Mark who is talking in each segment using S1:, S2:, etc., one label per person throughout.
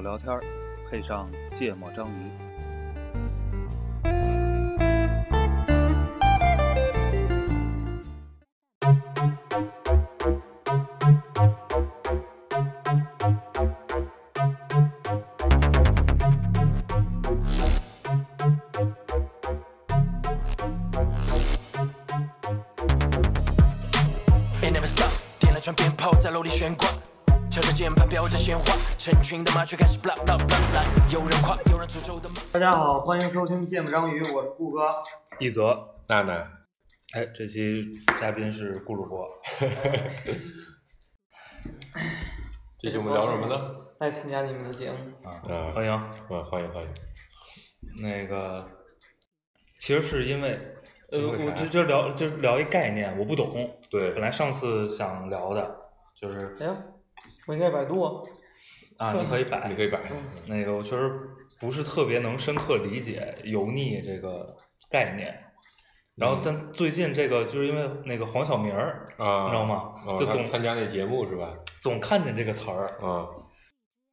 S1: 聊天，配上芥末章鱼。
S2: It never stop，点了串鞭炮在楼里悬挂，敲着键盘飘着鲜花，成群的麻雀开始 blah blah blah blah，有人夸，有人诅咒的骂。
S3: 大家好，欢迎收听《芥末章鱼》，我是顾哥。
S4: 一泽，
S5: 娜娜，
S4: 哎，这期嘉宾是顾主播，
S5: 这期我们聊什么呢？
S3: 来参加你们的节目，
S5: 啊
S4: 欢迎。
S5: 啊，欢迎欢迎。
S4: 那个，其实是因为，呃，
S5: 因为啥
S4: 我这这聊就是聊一概念，我不懂。
S5: 对
S4: 本来上次想聊的，就是
S3: 哎呀，我应该百度。
S4: 啊，你可以摆，
S5: 你可以摆。
S4: 那个我确实不是特别能深刻理解油腻这个概念。然
S5: 嗯
S4: 后，但最近这个就是因为那个黄晓明儿，
S5: 啊，
S4: 你知道吗
S5: 哦
S4: 就
S5: 他
S4: 总
S5: 参加那节目是吧？
S4: 总看见这个词儿，
S5: 啊，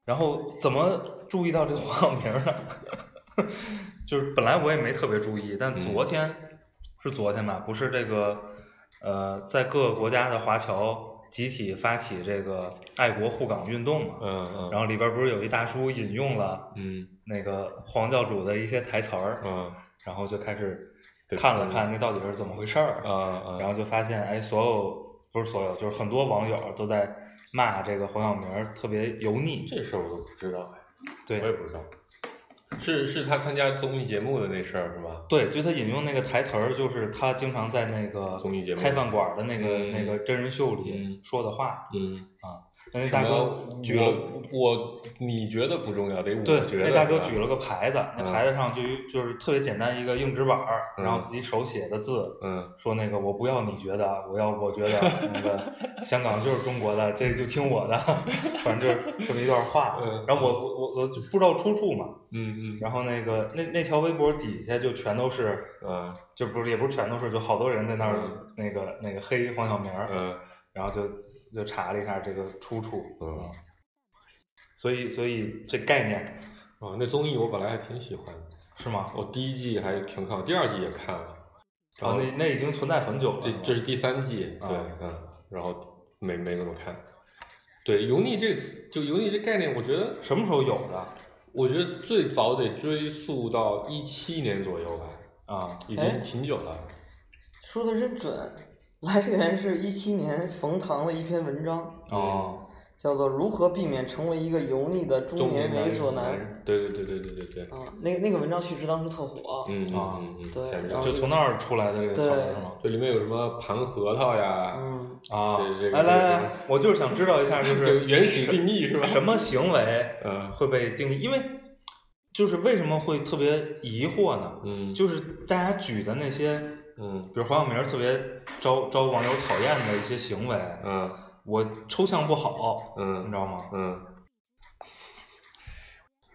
S4: 然后怎么注意到这个黄晓明儿呢？ 就是本来我也没特别注意，但
S5: 嗯
S4: 昨天、是昨天吧，不是这个呃，在各个国家的华侨集体发起这个爱国护港运动嘛，
S5: 嗯嗯，
S4: 然后里边不是有一大叔引用了
S5: 嗯
S4: 那个黄教主的一些台词儿，
S5: 嗯
S4: 然后就开始
S5: 对
S4: 看了看那到底是怎么回事儿
S5: 啊，啊，
S4: 然后就发现，哎，所有不是所有，就是很多网友都在骂这个黄晓明儿特别油腻，
S5: 这事儿我都不知道，
S4: 对，
S5: 我也不知道。是是他参加综艺节目的那事儿是吧？
S4: 对，就他引用那个台词儿，就是他经常在那个
S5: 综艺节目
S4: 开饭馆儿的那个、
S5: 嗯
S4: 那个真人秀里
S5: 嗯
S4: 说的话。
S5: 嗯，
S4: 那
S5: 什
S4: 大
S5: 么
S4: 哥举了，
S5: 我我你觉得不重要，得我
S4: 对，
S5: 觉得。
S4: 那大哥
S5: 是吧
S4: 举了个牌子，那
S5: 嗯
S4: 牌子上就就是特别简单一个硬纸板儿，然后
S5: 嗯
S4: 自己手写的字，
S5: 嗯
S4: 说那个我不要你觉得，啊我要我觉得 那个香港就是中国的，这就听我的， 反正就是这么一段话。
S5: 嗯
S4: 然后我我我我就不知道出处嘛，
S5: 嗯
S4: 然后那个那那条微博底下就全都是呃
S5: 嗯啊
S4: 就不是也不是全都是，就好多人在那儿、
S5: 嗯
S4: 那个那个黑黄晓明儿，
S5: 嗯
S4: 然后就就查了一下这个出处，
S5: 嗯，
S4: 所以所以这概念
S5: 哦，那综艺我本来还挺喜欢的，
S4: 是吗？
S5: 我第一季还全看，第二季也看了。然
S4: 然
S5: 后
S4: 后那那已经存在很久了，
S5: 嗯这这是第三季，
S4: 啊
S5: 对，嗯，然后没没怎么看。对“油腻”这个词，就“油腻”这概念，我觉得，
S4: 什么时候有的
S5: 我觉得最早得追溯到一七年左右吧，
S4: 啊？
S5: 已
S3: 哎
S5: 经挺久了。
S3: 说的真准，来源是一七年冯唐的一篇文章，
S4: 哦，
S3: 叫做《如何避免成为一个油腻的中
S5: 中年
S3: 年猥琐
S5: 男
S3: 男》
S5: 人，对对对对对对对，
S3: 啊。那那个文章叙事当时特火，
S5: 嗯
S4: 啊
S5: 嗯嗯
S3: 对
S5: 嗯，前面
S3: 然后
S4: 就从那儿出来的这个词儿
S3: 对
S4: 是吗？
S5: 这里面有什么盘核桃呀？
S3: 嗯，
S4: 啊
S5: 这这，
S4: 来
S5: 个
S4: 来
S5: 这
S4: 来，我就是想知道一下，就
S5: 这个
S4: 是
S5: 原始定义是吧？
S4: 什么行为
S5: 嗯
S4: 会被定义？因为就是为什么会特别疑惑呢？
S5: 嗯
S4: 就是大家举的那些
S5: 嗯
S4: 比如黄晓明儿特别招招网友讨厌的一些行为，
S5: 嗯
S4: 我抽象不好，你知
S5: 嗯
S4: 道吗？
S5: 嗯。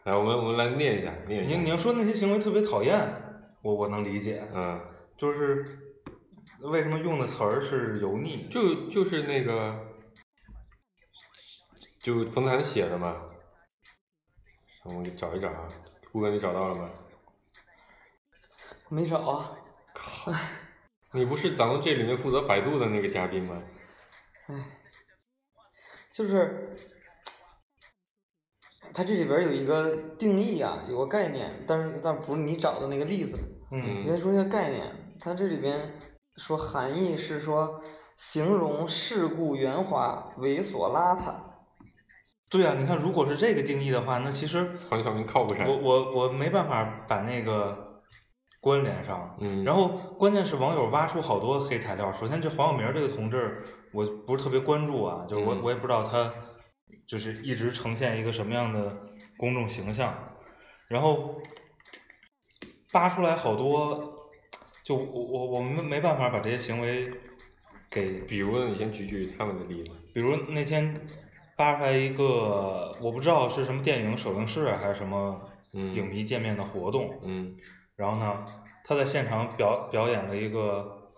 S5: 来，我们我们来念一下，念一下。
S4: 你你要说那些行为特别讨厌，我我能理解，
S5: 嗯。
S4: 就是为什么用的词儿是油腻，
S5: 就就是那个，就冯唐写的嘛，我给找一找啊，顾哥你找到了吗？
S3: 没找啊，
S5: 你不是咱们这里面负责百度的那个嘉宾吗？
S3: 就是。它这里边有一个定义啊，有个概念，但是但不是你找的那个例子，
S4: 嗯
S3: 我先说一下概念，它这里边说含义是说形容世故圆滑、猥琐邋遢。
S4: 对啊，你看如果是这个定义的话，那其实
S5: 黄晓明靠不上
S4: 我。我我没办法把那个关联上。
S5: 嗯，
S4: 然后关键是网友挖出好多黑材料。首先，这黄晓明儿这个同志，我不是特别关注啊，就是我、
S5: 嗯
S4: 我也不知道他就是一直呈现一个什么样的公众形象。然后扒出来好多，就我我我们没办法把这些行为给，
S5: 比如呢，你先举举他们的例子。
S4: 比如那天扒出来一个，我不知道是什么电影首映式啊还是什么
S5: 嗯
S4: 影迷见面的活动，
S5: 嗯
S4: 然后呢，他在现场表表演了一个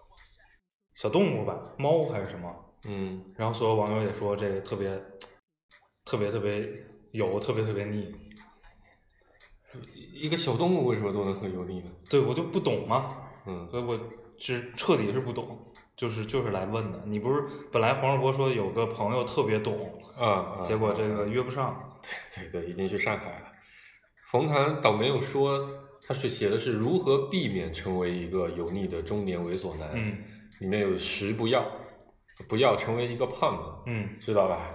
S4: 小动物吧，猫还是什么，
S5: 嗯
S4: 然后所有网友也说这个特别特别特别油，特别特别腻，
S5: 一个小动物为什么都能很油腻呢？
S4: 对我就不懂嘛，
S5: 嗯
S4: 所以我是彻底是不懂，就是就是来问的。你不是本来黄世博说有个朋友特别懂，
S5: 啊，啊
S4: 结果这个约不上，
S5: 对对，已经去上海了。冯唐倒没有说，他是写的是如何避免成为一个油腻的中年猥琐男。，
S4: 嗯
S5: 里面有十不要，不要成为一个胖子，
S4: 嗯
S5: 知道吧？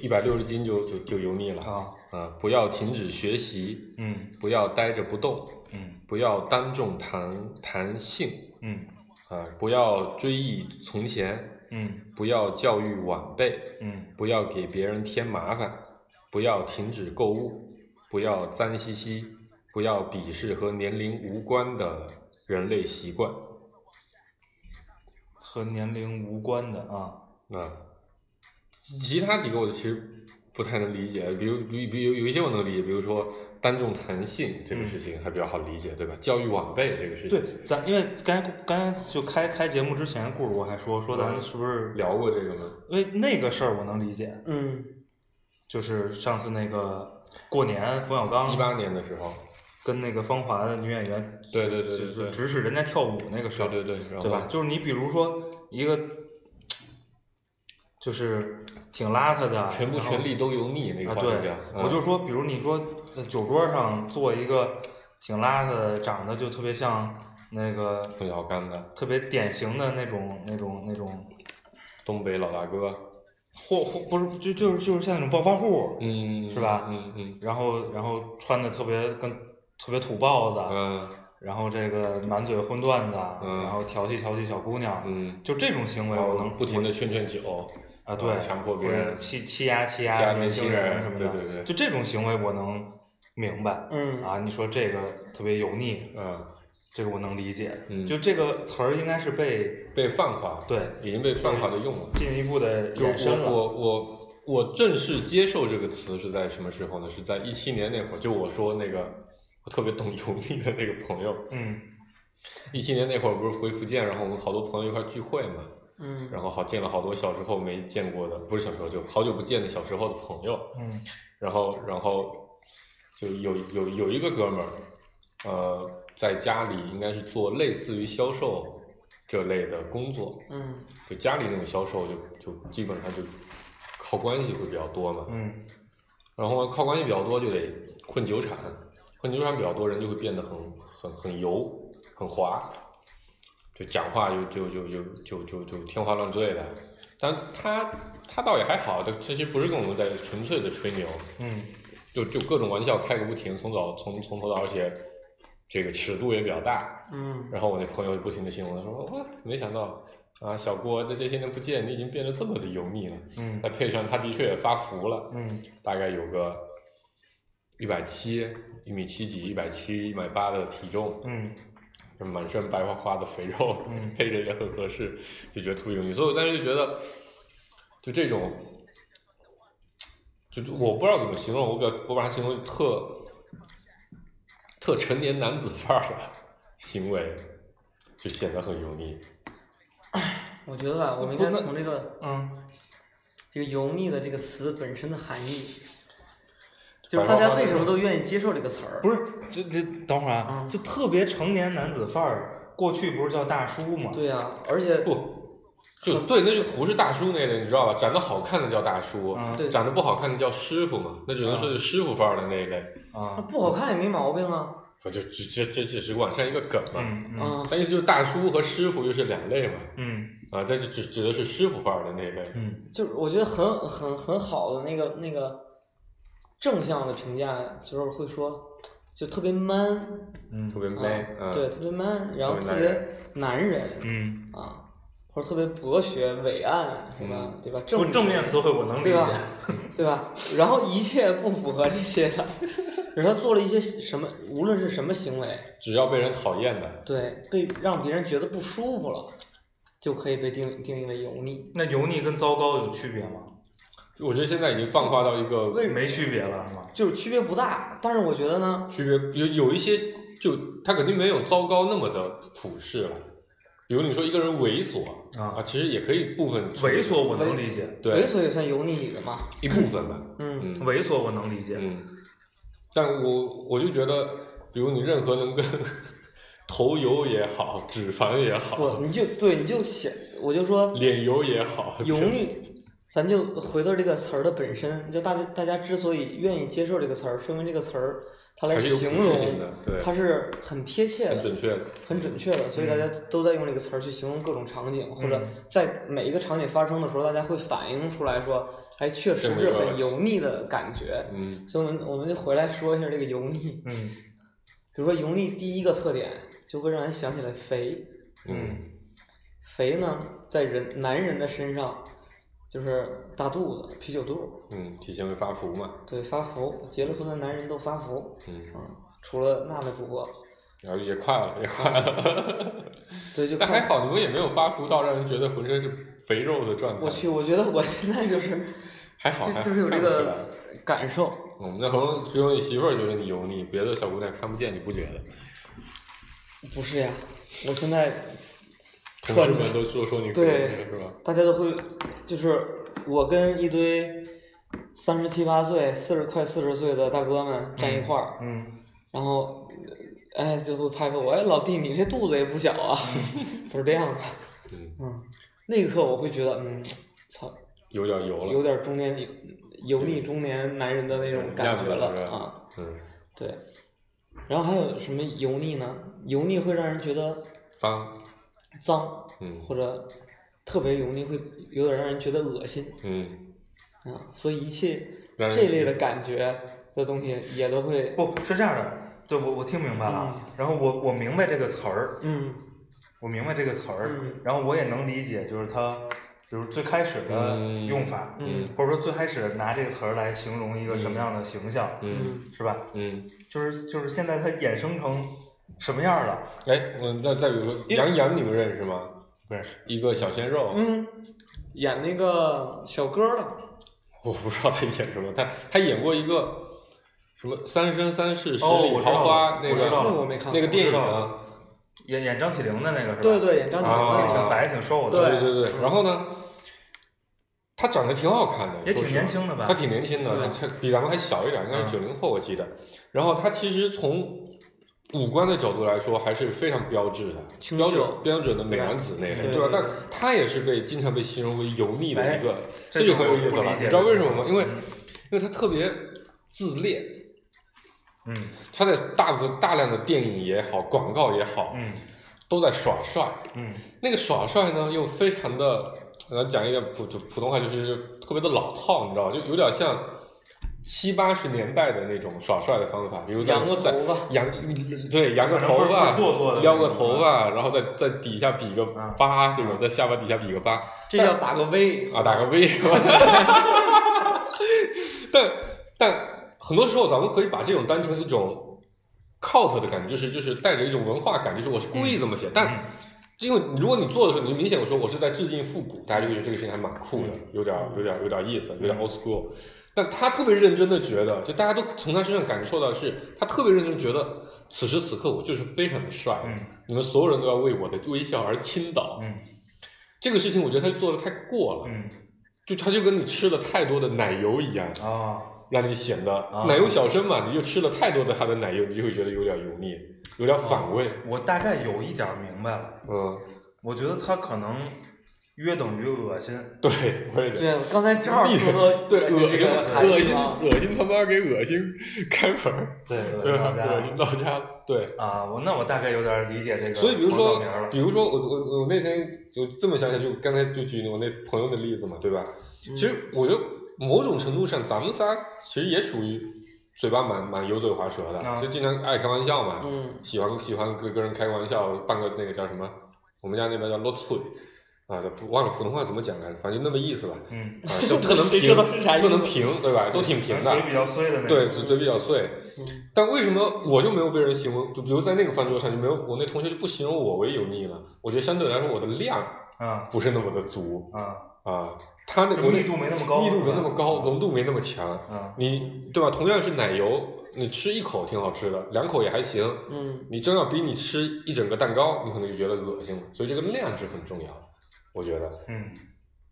S5: 一百六十斤就就就油腻了
S4: 啊
S5: 啊！不要停止学习，
S4: 嗯
S5: 不要呆着不动，
S4: 嗯
S5: 不要当众谈谈性
S4: 嗯
S5: 啊！不要追忆从前，
S4: 嗯
S5: 不要教育晚辈，
S4: 嗯
S5: 不要给别人添麻烦，不要停止购物，不要脏兮兮，不要鄙视和年龄无关的人类习惯
S4: 和年龄无关的啊，
S5: 啊。其他几个我其实不太能理解，比如比比有有一些我能理解，比如说当众谈性这个事情还比较好理解，对吧？教育晚辈这个事
S4: 嗯
S5: 情，
S4: 对，咱因为刚才刚才就开开节目之前，顾主我还说说
S5: 嗯
S4: 咱是不是
S5: 聊过这个吗？
S4: 因为那个事儿我能理解，
S3: 嗯，
S4: 就是上次那个过年冯小刚
S5: 一八年的时候，
S4: 跟那个芳华的女演员，
S5: 对对对
S4: 就
S5: 对
S4: 是
S5: 对，
S4: 指使人家跳舞那个事
S5: 对
S4: 儿，
S5: 对对，然后
S4: 对吧？就是你比如说一个，就是挺邋遢的，
S5: 全部
S4: 然后
S5: 全力都油腻那
S4: 啊，
S5: 个话
S4: 对
S5: 题啊，，
S4: 我就说，比如你说呃酒桌上坐一个挺邋遢的，长得就特别像那个
S5: 冯小刚的
S4: 特别典型的那种那种那种，
S5: 东北老大哥，
S4: 或或不是就就是就是像那种暴发户，
S5: 嗯，
S4: 是吧
S5: 嗯嗯
S4: 然后然后穿的特别跟特别土豹子，
S5: 嗯
S4: 然后这个满嘴荤段子，
S5: 嗯
S4: 然后调戏调戏小姑娘，
S5: 嗯，
S4: 就这种行为
S5: 然
S4: 我
S5: 后
S4: 能
S5: 不停的劝劝酒，
S4: 嗯啊对，
S5: 强迫别
S4: 或者
S5: 人
S4: 欺欺压欺
S5: 欺压
S4: 压
S5: 年
S4: 年
S5: 轻
S4: 轻
S5: 人
S4: 人什么的，
S5: 对对对
S4: 就这种行为我能明白。
S3: 嗯
S4: 啊，你说这个特别油腻，
S5: 嗯，
S4: 这个我能理解。
S5: 嗯
S4: 就这个词儿应该是被
S5: 被泛化，
S4: 对
S5: 已经被泛化的用了。
S4: 进一步的
S5: 就
S4: 延伸
S5: 我
S4: 了。
S5: 我我我正式接受这个词是在什么时候呢？是在一七年那会儿，就我说那个我特别懂油腻的那个朋友，
S4: 嗯
S5: 一七年那会儿不是回福建，然后我们好多朋友一块儿聚会嘛，
S3: 嗯
S5: 然后好见了好多小时候没见过的，不是小时候就好久不见的小时候的朋友，
S4: 嗯
S5: 然后然后就有有有一个哥们儿，呃，在家里应该是做类似于销售这类的工作，
S3: 嗯
S5: 就家里那种销售就就基本上就靠关系会比较多嘛，
S4: 嗯
S5: 然后靠关系比较多就得混酒产，混酒产比较多人就会变得很很很油很滑，就讲话就就就就就就就天花乱坠的，但他他倒也还好，他其实不是跟我们在纯粹的吹牛。
S4: 嗯
S5: 就就各种玩笑开个不停，从早从从头到，而且这个尺度也比较大。
S3: 嗯
S5: 然后我那朋友就不停的形容他说：“哇，没想到啊，小郭这这些年不见，你已经变得这么的油腻了。”
S4: 嗯
S5: 再配上他的确也发福了，
S4: 嗯
S5: 大概有个一百七、一米七几、一百七、一百八的体重，
S4: 嗯
S5: 满身白花花的肥肉，
S4: 嗯
S5: 配着也很合适，就觉得特别油腻。所以我当时就觉得，就这种，就就我不知道怎么形容，我把我把它形容特特成年男子范儿的行为，就显得很油腻。
S3: 我觉得吧，我们应该从这个
S4: 嗯
S3: 这个“油腻”的这个词本身的含义，就是大家为什么都愿意接受这个词儿？
S4: 不是，这这等会儿啊，
S3: 嗯
S4: 就特别成年男子范儿，过去不是叫大叔吗？
S3: 对呀、啊而且
S5: 不，就对，那就不是大叔那类，你知道吧？长得好看的叫大叔，
S4: 嗯
S3: 对
S5: 长得不好看的叫师傅嘛，那只能说是师傅范儿的那一类。
S3: 那
S4: 啊，
S3: 不好看也没毛病啊。
S5: 我就这这这只是网上一个梗嘛。
S4: 嗯嗯
S3: 嗯
S5: 但意思就是大叔和师傅又是两类嘛，
S4: 嗯
S5: 啊，这就指指的是师傅范儿的那一类。
S4: 嗯
S3: 就是我觉得很很很好的那个那个正向的评价，就是会说就特别 man，
S5: 特
S4: 嗯
S5: 别 man，
S3: 啊
S5: 嗯，
S3: 对，特别 man，然后
S5: 特
S3: 特
S5: 别
S3: 别男人，
S4: 嗯，
S3: 啊，或者特别博学伟岸，是吧？
S5: 嗯
S3: 对吧？
S4: 不
S3: 正
S4: 正面词汇我能理
S3: 对吧
S4: 解。？
S3: 对吧？然后一切不符合这些的，比如他做了一些什么，无论是什么行为，
S5: 只要被人讨厌的，
S3: 对，被让别人觉得不舒服了，就可以被定定义为油腻。
S4: 那油腻跟糟糕有区别吗？
S5: 我觉得现在已经泛化到一个
S3: 为
S4: 没区别了是吗？
S3: 就是区别不大，但是我觉得呢，
S5: 区别，有有一些就他肯定没有糟糕那么的普世了。比如你说一个人猥琐
S4: 啊
S5: 啊，其实也可以部分
S4: 猥琐我能理解，
S5: 对
S3: 猥琐也算油腻里的嘛。
S5: 一部分吧，
S3: 嗯，
S5: 嗯
S4: 猥琐我能理解，
S5: 嗯，但我我就觉得，比如你任何能跟 头油也好，脂肪也
S3: 不，
S5: 好，
S3: 你就对，你就想，我就说
S5: 脸油也好，
S3: 油腻，咱就回到这个词儿的本身，就大家大家之所以愿意接受这个词儿，说明这个词儿它来
S5: 还是有
S3: 形
S5: 普适性
S3: 容
S5: 的，对，
S3: 它是很贴切
S5: 很
S3: 的
S5: 准。确的，嗯
S3: 很准确的，所以大家都在用这个词儿去形容各种场景，或者在每一个场景发生的时候，大家会反映出来说，哎，确实
S5: 这么一
S3: 是
S5: 个
S3: 很油腻的感觉。
S5: 嗯
S3: 所以我们我们就回来说一下这个油腻，
S4: 嗯
S3: 比如说油腻第一个特点就会让人想起来肥，
S5: 嗯
S4: 嗯
S3: 肥呢在人男人的身上就是大肚子、啤酒肚，
S5: 嗯，体型会发福嘛，
S3: 对，发福，结了婚的男人都发福，
S5: 嗯，
S3: 嗯，除了娜娜主播，
S5: 然后也快了，也快了，
S3: 对，就
S5: 但还
S3: 看
S5: 好你们也没有发福到让人觉得浑身是肥肉的状态，
S3: 我去，我觉得我现在就是
S5: 还好，还
S3: 就
S5: 好
S3: 就是有这
S5: 看不出来
S3: 个感受。
S5: 我们那可能只有你媳妇儿觉得你油腻，别的小姑娘看不见你不觉得。
S3: 不是呀，我现在
S5: 同事们都说说你
S3: 对
S5: 肥腻是吧？
S3: 大家都会，就是我跟一堆三十七八岁、四十快四十岁的大哥们站一块儿，
S4: 嗯
S3: 然后哎就会拍拍我，哎老弟你这肚子也不小 啊，都是这样的。
S5: 嗯，
S3: 嗯，那一刻我会觉得，嗯，操，
S5: 有点油了，
S3: 有点中年油腻中年男人的那种感觉
S5: 嗯样子
S3: 了
S5: 了
S3: 啊。
S5: 嗯，
S3: 对，然后还有什么油腻呢？油腻会让人觉得
S5: 脏，
S3: 脏，
S5: 嗯
S3: 或者特别油腻会有点让人觉得恶心
S5: 嗯，
S3: 啊、所以一切
S5: 让人
S3: 这类的感觉的东西也都会，
S4: 不是这样的，对我我听明白了，
S3: 嗯
S4: 然后我我明白这个词儿，
S3: 嗯
S4: 我明白这个词儿，
S3: 嗯
S4: 然后我也能理解，就是它，比如最开始的
S5: 嗯
S4: 用法，
S3: 嗯
S4: 或者说最开始拿这个词儿来形容一个什么样的形象，
S5: 嗯
S4: 是吧？
S5: 嗯，
S4: 就是就是现在它衍生成什么样了？
S5: 哎，我那再比如说杨洋，你们认识吗？
S4: 不认识，
S5: 一个小鲜肉，
S3: 嗯，演那个小哥儿的，
S5: 我不知道他演什么，他他演过一个什么《三生三世十
S4: 哦
S5: 里
S4: 我知道
S5: 桃花
S4: 了》
S5: 那
S4: 我知道
S5: 个
S3: 那我没看过，
S5: 那个电影
S4: 我知道
S5: 啊
S4: 了。演演张起灵的那个是吧？
S3: 对对，演张起灵
S5: 啊
S3: 的
S4: 那
S3: 那
S4: 挺
S3: 个，
S4: 白挺瘦的，
S5: 对对对，然后呢，他长得挺好看的，
S4: 也
S5: 说
S4: 挺
S5: 实
S4: 年
S5: 话，
S4: 轻的吧？
S5: 他挺年轻的，
S3: 对
S5: 他比咱们还小一点，应该是九零后我记得。然后他其实从五官的角度来说，还是非常标志的，
S3: 清
S5: 标
S3: 秀
S5: 准标准的美男子那一类，
S3: 对
S5: 对吧？
S3: 对
S5: 但
S3: 对
S5: 他也是被经常被形容为油腻的一个，
S4: 这
S5: 就
S4: 就
S5: 很
S4: 我
S5: 有意思
S4: 不理
S5: 了。
S4: 解
S5: 你
S4: 的
S5: 知道为
S4: 地
S5: 什么吗？
S4: 方
S5: 因为
S4: 嗯
S5: 因为他特别自恋，
S4: 嗯
S5: 他在大部大量的电影也好，广告也好，
S4: 嗯
S5: 都在耍帅。
S4: 嗯
S5: 那个耍帅呢，又非常的，呃，讲一点普普普通话，就是特别的老套，你知道吧？就有点像七八十年代的那种耍帅的方法，比如在
S3: 扬个头发，
S5: 扬对扬个头
S4: 反正不
S5: 发，
S4: 是做作的
S5: 撩个头发，然后在在底下比个
S4: 啊
S5: 八，这种在下巴底下比个八，
S3: 这叫打个 V
S5: 啊，打个 V 是吧？ 但但很多时候，咱们可以把这种当成一种 cult 的感觉，就是就是带着一种文化感，就是我是故意这么
S4: 嗯
S5: 写。但因为如果你做的时候，你就明显我说我是在致敬复古，大家就觉得这个事情还蛮酷的，有点有点有点意思，
S4: 嗯
S5: 有点 old school。但他特别认真的觉得，就大家都从他身上感受到是，他特别认真地觉得此时此刻我就是非常的帅的，
S4: 嗯
S5: 你们所有人都要为我的微笑而倾倒。
S4: 嗯
S5: 这个事情我觉得他做的太过了，
S4: 嗯
S5: 就它就跟你吃了太多的奶油一样，
S4: 哦，
S5: 让你显得
S4: 啊
S5: 奶油小生嘛，你就吃了太多的它的奶油，你就会觉得有点油腻，有点
S4: 啊
S5: 反胃。
S4: 我大概有一点儿明白了，
S5: 嗯，
S4: 我觉得他可能约等于恶心，
S5: 对，我也觉得。
S3: 对，刚才正好说到
S5: 对，
S3: 恶
S5: 恶
S3: 心这
S5: 心，
S3: 个含义
S5: 恶心
S3: 啊，
S5: 恶心，他妈给恶心开门儿，
S4: 对，恶
S5: 对
S4: 心到
S5: 吧？
S4: 家
S5: 恶心到家了，对。
S4: 啊，我那我大概有点儿理解这个
S5: 所以，比如
S4: 活
S5: 说
S4: 动名儿了，
S5: 比如说我我我那天就这么想想，就刚才就举我那朋友的例子嘛，对吧？其
S4: 嗯
S5: 实我觉得某种程度上，咱们仨其实也属于嘴巴蛮蛮油嘴滑舌的，
S4: 啊
S5: 就经常爱开玩笑嘛，
S3: 嗯
S5: 喜欢喜欢跟跟人开玩笑，办个那个叫什么，我们家那边叫落脆啊，就不忘了普通话怎么讲来着，反正就那么意思吧，
S4: 嗯，
S5: 啊，就特能
S3: 谁
S5: 平，
S3: 知道是啥意思
S5: 特能平，对吧？都挺平的
S4: 啊嘴，比较碎的那
S5: 对，
S4: 种
S5: 嘴嘴比较碎。
S3: 嗯
S5: 但为什么我就没有被人形容？就比如在那个饭桌上，就没有我那同学就不形容我为油腻了。我觉得相对来说我的量
S4: 啊
S5: 不是那么的足
S4: 啊，
S5: 啊，他那
S4: 就
S5: 我那
S4: 密度没那么高
S5: 密度没那么高，
S4: 嗯
S5: 浓度没那么强。
S4: 啊，
S5: 你对吧？同样是奶油，你吃一口挺好吃的，两口也还行。
S3: 嗯，
S5: 你真要比你吃一整个蛋糕，你可能就觉得恶心了。所以这个量是很重要的，我觉得。
S4: 嗯，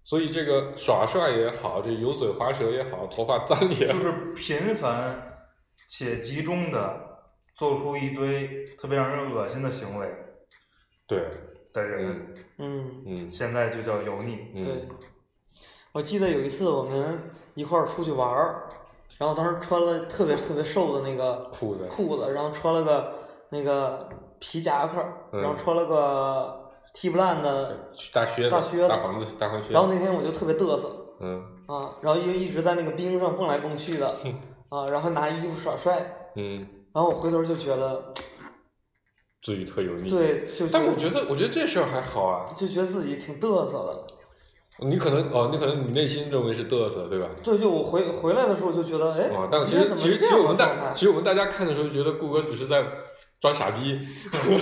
S5: 所以这个耍帅也好，这油嘴滑舌也好，头发脏也
S4: 就
S5: 好，
S4: 是频繁且集中的做出一堆特别让人恶心的行为
S5: 对，
S4: 的人，
S5: 嗯
S3: 嗯，
S5: 嗯
S4: 现在就叫油腻。
S3: 对
S5: 嗯，。
S3: 我记得有一次我们一块儿出去玩儿，然后当时穿了特别特别瘦的那个
S5: 裤子，
S3: 裤子，然后穿了个那个皮夹克，
S5: 嗯
S3: 然后穿了个踢不烂的，
S5: 大靴子，
S3: 大靴子
S5: 大黄子，大黄靴子，
S3: 然后那天我就特别嘚瑟
S5: 嗯
S3: 啊，然后就一直在那个冰上蹦来蹦去 的啊，然后拿衣服耍帅，
S5: 嗯，
S3: 然后我回头就觉得，
S5: 至于特油腻。，
S3: 对，就
S5: 但我觉得，我觉得这事儿还好啊。
S3: 就觉得自己挺嘚瑟的，
S5: 你可能哦，你可能你内心认为是嘚瑟，对吧？
S3: 对，就我回回来的时候就觉得，哎，
S5: 哦，但其
S3: 今天
S5: 实
S3: 怎么
S5: 其
S3: 是
S5: 实
S3: 这
S5: 其实我
S3: 样的
S5: 们
S3: 状
S5: 大
S3: 态
S5: 其？实我们大家看的时候觉得顾哥只是在装傻逼，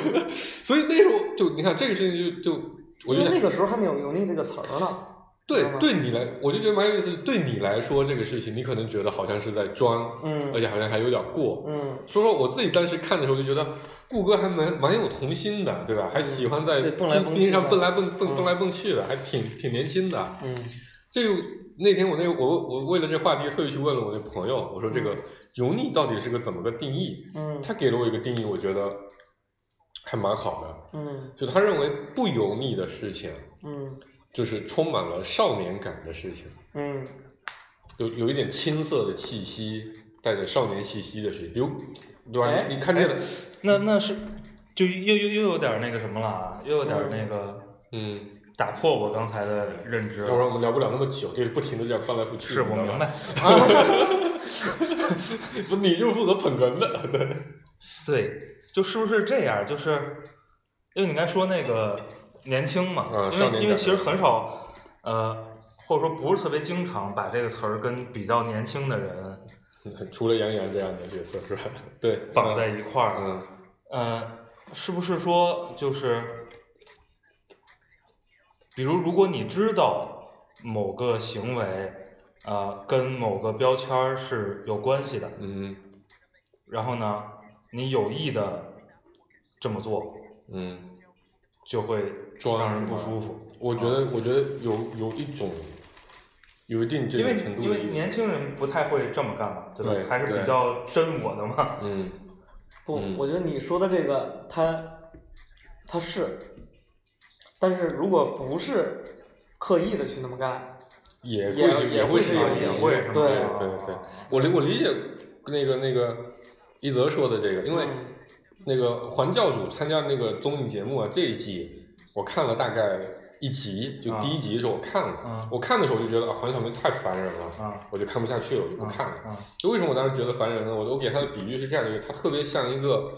S5: 所以那时候就你看这个事情就就我
S3: 因
S5: 就
S3: 为
S5: 想
S3: 那个时候还没有“油腻”这个词儿呢，
S5: 对
S3: 知道吗
S5: 对你来，我就觉得蛮有意思。对你来说这个事情，你可能觉得好像是在装，
S3: 嗯
S5: 而且好像还有点过。
S3: 嗯，
S5: 说说我自己当时看的时候就觉得，顾哥还蛮蛮有童心的，对吧？还喜欢在
S3: 嗯对蹦来蹦去的
S5: 冰上蹦来蹦蹦
S3: 嗯
S5: 蹦来蹦去的，还挺挺年轻的。
S3: 嗯
S5: 这个那天我那我我为了这话题特意去问了我那朋友，我说这
S4: 嗯
S5: 个油腻到底是个怎么个定义？
S3: 嗯
S5: 他给了我一个定义，我觉得还蛮好的，
S3: 嗯
S5: 就他认为不油腻的事情，
S3: 嗯
S5: 就是充满了少年感的事情，
S3: 嗯
S5: 有有一点青涩的气息，带着少年气息的事情，比如对吧？
S3: 哎
S5: 你你看见了，
S4: 那那是就又又又有点那个什么了啊，又有点那个
S5: 嗯，
S4: 打破我刚才的认知
S5: 要
S4: 了。
S5: 不然我们聊不了那么久，就是不停的这样翻来覆去，
S4: 是
S5: 你
S4: 我
S5: 知道吧
S4: 明白，，
S5: 不，你就是负责捧哏的，对，
S4: 对，就是不是这样？就是因为你刚才说那个年轻嘛，
S5: 嗯少
S4: 因
S5: 年
S4: 为因为
S5: 感
S4: 其实很少，呃，或者说不是特别经常把这个词儿跟比较年轻的人
S5: 除了杨洋这样的角色是吧？ 对，
S4: 绑在
S5: 嗯
S4: 一块儿。
S5: 嗯。
S4: 呃，是不是说就是，比如如果你知道某个行为，呃，跟某个标签儿是有关系的，
S5: 嗯
S4: 然后呢，你有意的这么做，
S5: 嗯，
S4: 就会
S5: 装
S4: 让人
S5: 是吧
S4: 不舒服。啊
S5: 我觉得，我觉得有有一种有一定这
S4: 因为
S5: 种程度
S4: 因
S5: 的
S4: 为
S5: 意思
S4: 年轻人不太会这么干嘛，对吧？
S5: 对
S4: 还是
S5: 对
S4: 比较真我的 嘛。
S5: 嗯
S3: 不，
S5: 嗯
S3: 我觉得你说的这个，他他是，但是如果不是刻意的去那么干，
S5: 也
S3: 也
S5: 会是
S3: 也
S5: 会
S3: 会
S5: 是
S3: 是
S5: 有
S3: 有
S5: 一
S3: 一
S5: 定
S3: 定
S5: 的
S3: 是吧
S5: 对
S4: 啊
S5: 对对，我理我理解那个那个一泽说的这个，因为
S3: 嗯
S5: 那个环教主参加那个综艺节目啊，这一季我看了大概一集，就
S4: 啊
S5: 第一集的时候我看了，
S4: 啊
S5: 我看的时候就觉得啊，黄晓明太烦人了，
S4: 啊
S5: 我就看不下去了，我就不
S4: 啊
S5: 看了。
S4: 啊
S5: 就为什么我当时觉得烦人呢？我我给他的比喻是这样的，就是他特别像一个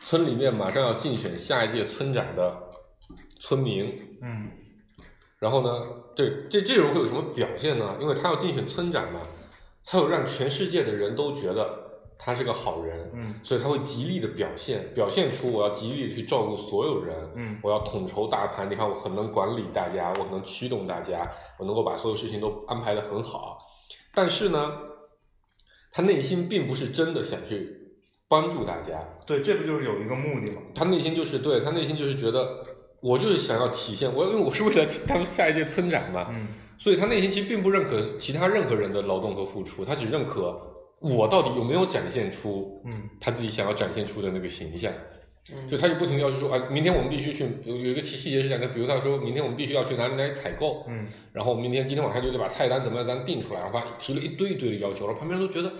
S5: 村里面马上要竞选下一届村长的村民，
S4: 嗯
S5: 然后呢，这这这种会有什么表现呢？因为他要竞选村长嘛，他有让全世界的人都觉得他是个好人，
S4: 嗯
S5: 所以他会极力的表现，表现出我要极力的去照顾所有人，
S4: 嗯
S5: 我要统筹大盘，你看我很能管理大家，我很能驱动大家，我能够把所有事情都安排的很好。但是呢，他内心并不是真的想去帮助大家，
S4: 对，这不就是有一个目的嘛？
S5: 他内心就是对他内心就是觉得我就是想要体现我，因为我是为了当下一届村长嘛，
S4: 嗯
S5: 所以他内心其实并不认可其他任何人的劳动和付出，他只认可我到底有没有展现出
S4: 嗯
S5: 他自己想要展现出的那个形象。
S3: 嗯
S5: 就他就不停地要求说，啊，明天我们必须去，有有一个细细节是这样的，比如他说明天我们必须要去哪里哪里采购，
S4: 嗯
S5: 然后我们明天今天晚上就得把菜单怎么样咱定出来，然后他提了一堆一堆的要求，然后旁边人都觉得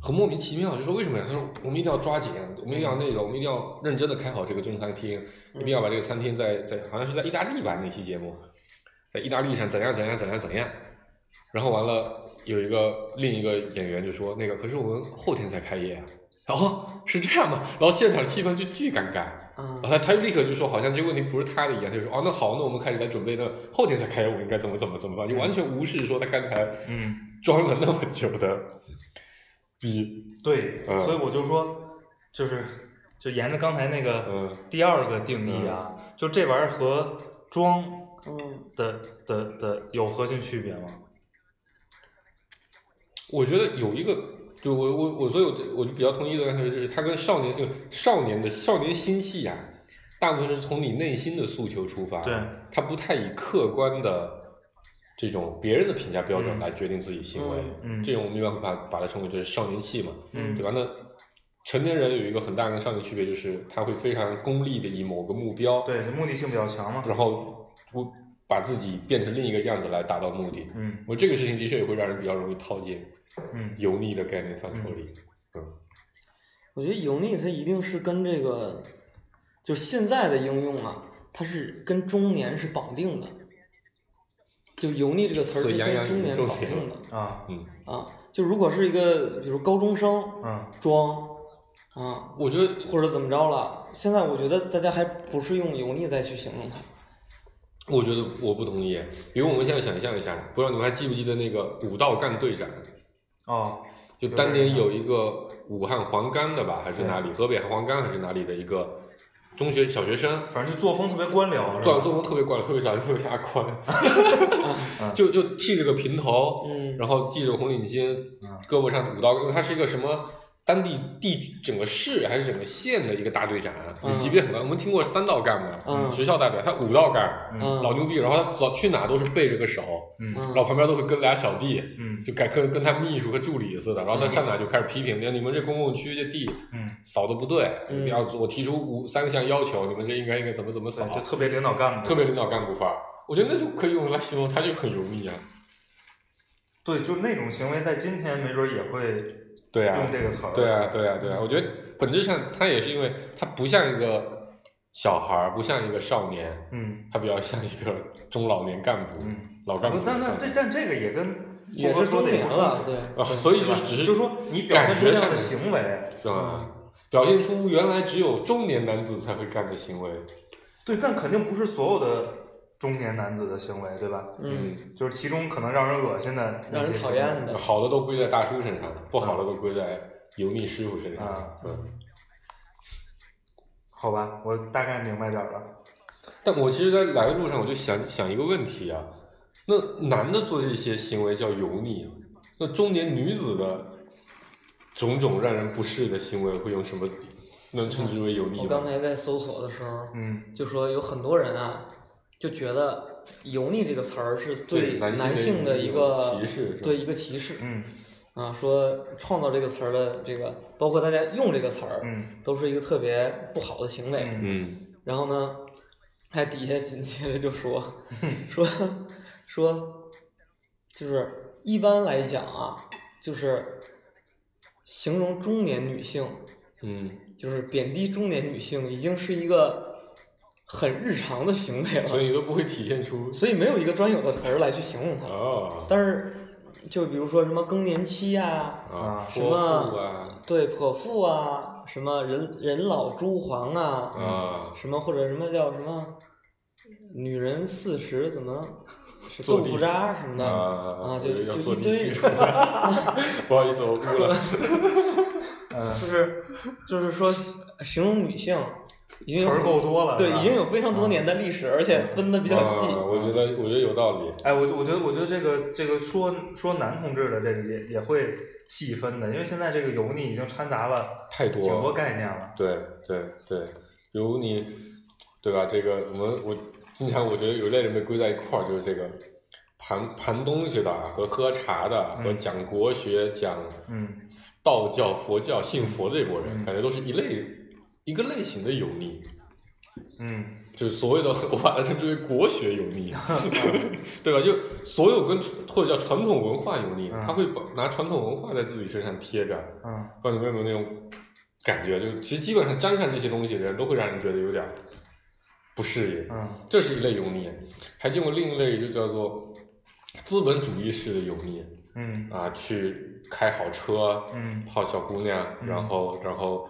S5: 很莫名其妙，就说为什么呀？他说我们一定要抓紧，我们一定要那个，我们一定要认真的开好这个中餐厅，一
S3: 嗯
S5: 定要把这个餐厅在在好像是在意大利吧那期节目，在意大利上怎样怎样怎样怎样，然后完了有一个另一个演员就说那个可是我们后天才开业啊， 哦是这样吗？然后现场气氛就巨尴尬。
S3: 嗯
S5: 然后他他就立刻就说，好像这个问题不是他的一样，他就说，哦，那好，那我们开始来准备，那后天才开，我应该怎么怎么怎么办，就完全无视说他刚才
S4: 嗯，
S5: 装了那么久的逼，
S4: 对，
S5: 嗯
S4: 所以我就说，就是就沿着刚才那个
S5: 嗯
S4: 第二个定义啊，就这玩意儿和装
S3: 嗯
S4: 的的的有核心区别吗？
S5: 我觉得有一个，就我我我，所以我就我就比较同意的，就是他跟少年，就少年的少年心气呀、啊大部分是从你内心的诉求出发，
S4: 对，
S5: 他不太以客观的这种别人的评价标准来决定自己行为，
S4: 嗯
S5: 这种我们一般会把把它称为就是少年气嘛，
S4: 嗯
S5: 对吧？那成年人有一个很大跟少年区别，就是他会非常功利的以某个目标，
S4: 对，目的性比较强嘛。
S5: 然后我把自己变成另一个样子来达到目的。
S4: 嗯
S5: 我这个事情的确也会让人比较容易套进
S4: 嗯
S5: 油腻的概念范畴里。
S3: 我觉得油腻它一定是跟这个，就是现在的应用啊，它是跟中年是绑定的，就油腻这个词儿
S5: 所
S3: 是
S5: 以杨洋
S3: 跟中
S5: 已经
S3: 年
S5: 中
S3: 绑
S5: 年
S3: 定
S5: 了
S3: 的
S4: 啊
S5: 嗯，
S3: 啊。就如果是一个比如高中生
S4: 嗯
S3: 装啊，
S5: 我觉得
S3: 或者怎么着了，现在我觉得大家还不是用油腻再去形容它。
S5: 我觉得我不同意，比如我们现在想象一下，不知道你们还记不记得那个武道干队长，
S4: 哦
S5: 就当年有一个武汉黄冈的吧，还是哪里，河北黄冈还是哪里的一个中学小学生，
S4: 反正就作风特别官僚，是
S5: 作
S4: 吧？
S5: 作风特别怪，特别长，特别大宽，
S4: 嗯
S5: 就就剃着个平头，
S3: 嗯
S5: 然后系着红领巾
S4: 嗯，
S5: 胳膊上五刀，因为他是一个什么当地地整个市还是整个县的一个大队长，啊
S3: 嗯
S5: 级别很高。我们听过三道杠嘛，
S3: 嗯
S5: 学校代表，他五道杠，
S3: 嗯
S5: 老牛逼。然后他走去哪都是背着个手，
S4: 嗯
S5: 然后
S3: 嗯
S5: 旁边都会跟俩小弟，
S4: 嗯
S5: 就改跟跟他秘书和助理似的。然后他
S3: 嗯
S5: 上哪就开始批评，你们这公共区这地
S4: 嗯，
S5: 扫的不对，
S3: 嗯
S5: 你们要我提出五三项要求，你们这应该应该怎么怎么扫
S4: 对，，就特别领导干部，
S5: 特别领导干部范儿。我觉得那就可以用来形容他就很油腻啊。
S4: 对，就那种行为，在今天没准也会
S5: 对啊，
S4: 用这个词儿。
S5: 对啊，对啊，对啊，我觉得本质上他也是因为他不像一个小孩儿，不像一个少年，
S4: 嗯
S5: 他比较像一个中老年干部、
S4: 嗯，
S5: 老干部
S4: 不
S5: 的，
S4: 但
S5: 感觉。
S4: 但这但这个也跟
S3: 也
S4: 郭哥
S3: 是
S4: 说
S3: 中
S4: 的也
S3: 年
S4: 不冲
S3: 了，
S4: 突，
S3: 对，
S5: 啊，所以
S4: 对吧
S5: 就只是
S4: 就说你表现出那样的行为，
S5: 是吧？表现出原来只有中年男子才会干的行为。
S4: 对，但肯定不是所有的中年男子的行为，对吧？
S3: 嗯，，
S4: 就是其中可能让人恶心的那
S3: 让
S4: 些
S3: 人
S4: 行
S3: 讨
S4: 为，
S3: 厌的。
S5: 好的都归在大叔身上，不好的都归在油腻师傅身上
S4: 啊。
S5: 嗯，
S4: 好吧，我大概明白点儿了。
S5: 但我其实，在来的路上，我就想想一个问题啊，那男的做这些行为叫油腻，啊那中年女子的种种让人不适的行为，会用什么能称之为油腻
S3: 我
S5: 吗
S3: 刚？才在搜索的时候，
S4: 嗯
S3: 就说有很多人啊，就觉得“油腻”这个词儿是对
S5: 男
S3: 男
S5: 性
S3: 性
S5: 的
S3: 的
S5: 一
S3: 一
S5: 个
S3: 个
S5: 歧视是吧
S3: 对一个歧视
S4: 嗯
S3: 啊。说创造这个词儿的这个，包括大家用这个词儿，
S4: 嗯
S3: 都是一个特别不好的行为。
S4: 嗯
S5: 嗯
S3: 然后呢，还底下紧接着就说说说，就是一般来讲啊，就是形容中年女性，
S5: 嗯，
S3: 就是贬低中年女性，已经是一个很日常的行为了。
S5: 所以你都不会体现出
S3: 所以没有一个专有的词儿来去形容它。
S5: 哦
S3: 但是，就比如说什么更年期啊，
S5: 啊，
S3: 什
S5: 泼
S3: 么
S5: 妇啊
S3: 对泼妇啊，什么人人老珠黄啊，
S5: 啊，
S3: 什么或者什么叫什么，女人四十怎么是
S5: 坐
S3: 豆
S5: 地
S3: 腐渣什么的
S5: 啊
S3: 就
S5: 要
S3: 就
S5: 做
S3: 一
S5: 地
S3: 堆
S5: 气， 不好意思，我哭了。
S4: 嗯，
S3: 就是就是说形容女性，已经
S4: 词
S3: 有
S4: 儿
S3: 很
S4: 够多了。
S3: 对
S4: 是吧
S3: 已经有非常多年的历史，而且分 的比较细。
S5: 啊我觉得我觉得有道理。
S4: 哎，我我觉得，我觉得这个这个说说男同志的这个也也会细分的，因为现在这个油腻已经掺杂了
S5: 太多
S4: 挺
S5: 了
S4: 多概念了。
S5: 对对对，比如你，对吧？这个我们我经常我觉得有一类人被归在一块儿，就是这个盘盘东西的啊和喝茶的和
S4: 嗯
S5: 讲国学、讲
S4: 嗯
S5: 道教、佛教、信佛这波人，
S4: 嗯
S5: 感觉都是一类一个类型的油腻。
S4: 嗯
S5: 就是所谓的， 我把它称之为国学油 腻，对吧？就所有跟或者叫传统文化油腻，
S4: 嗯
S5: 他会把拿传统文化在自己身上贴着，
S4: 嗯
S5: 不知道你们有没有那种感觉？就其实基本上沾上这些东西的人都会让人觉得有点不适应，
S4: 嗯
S5: 这是一类油腻。还见过另一类，就叫做资本主义式的油腻
S4: 嗯
S5: 啊，去开好车，
S4: 嗯
S5: 泡小姑娘，
S4: 嗯
S5: 然后然后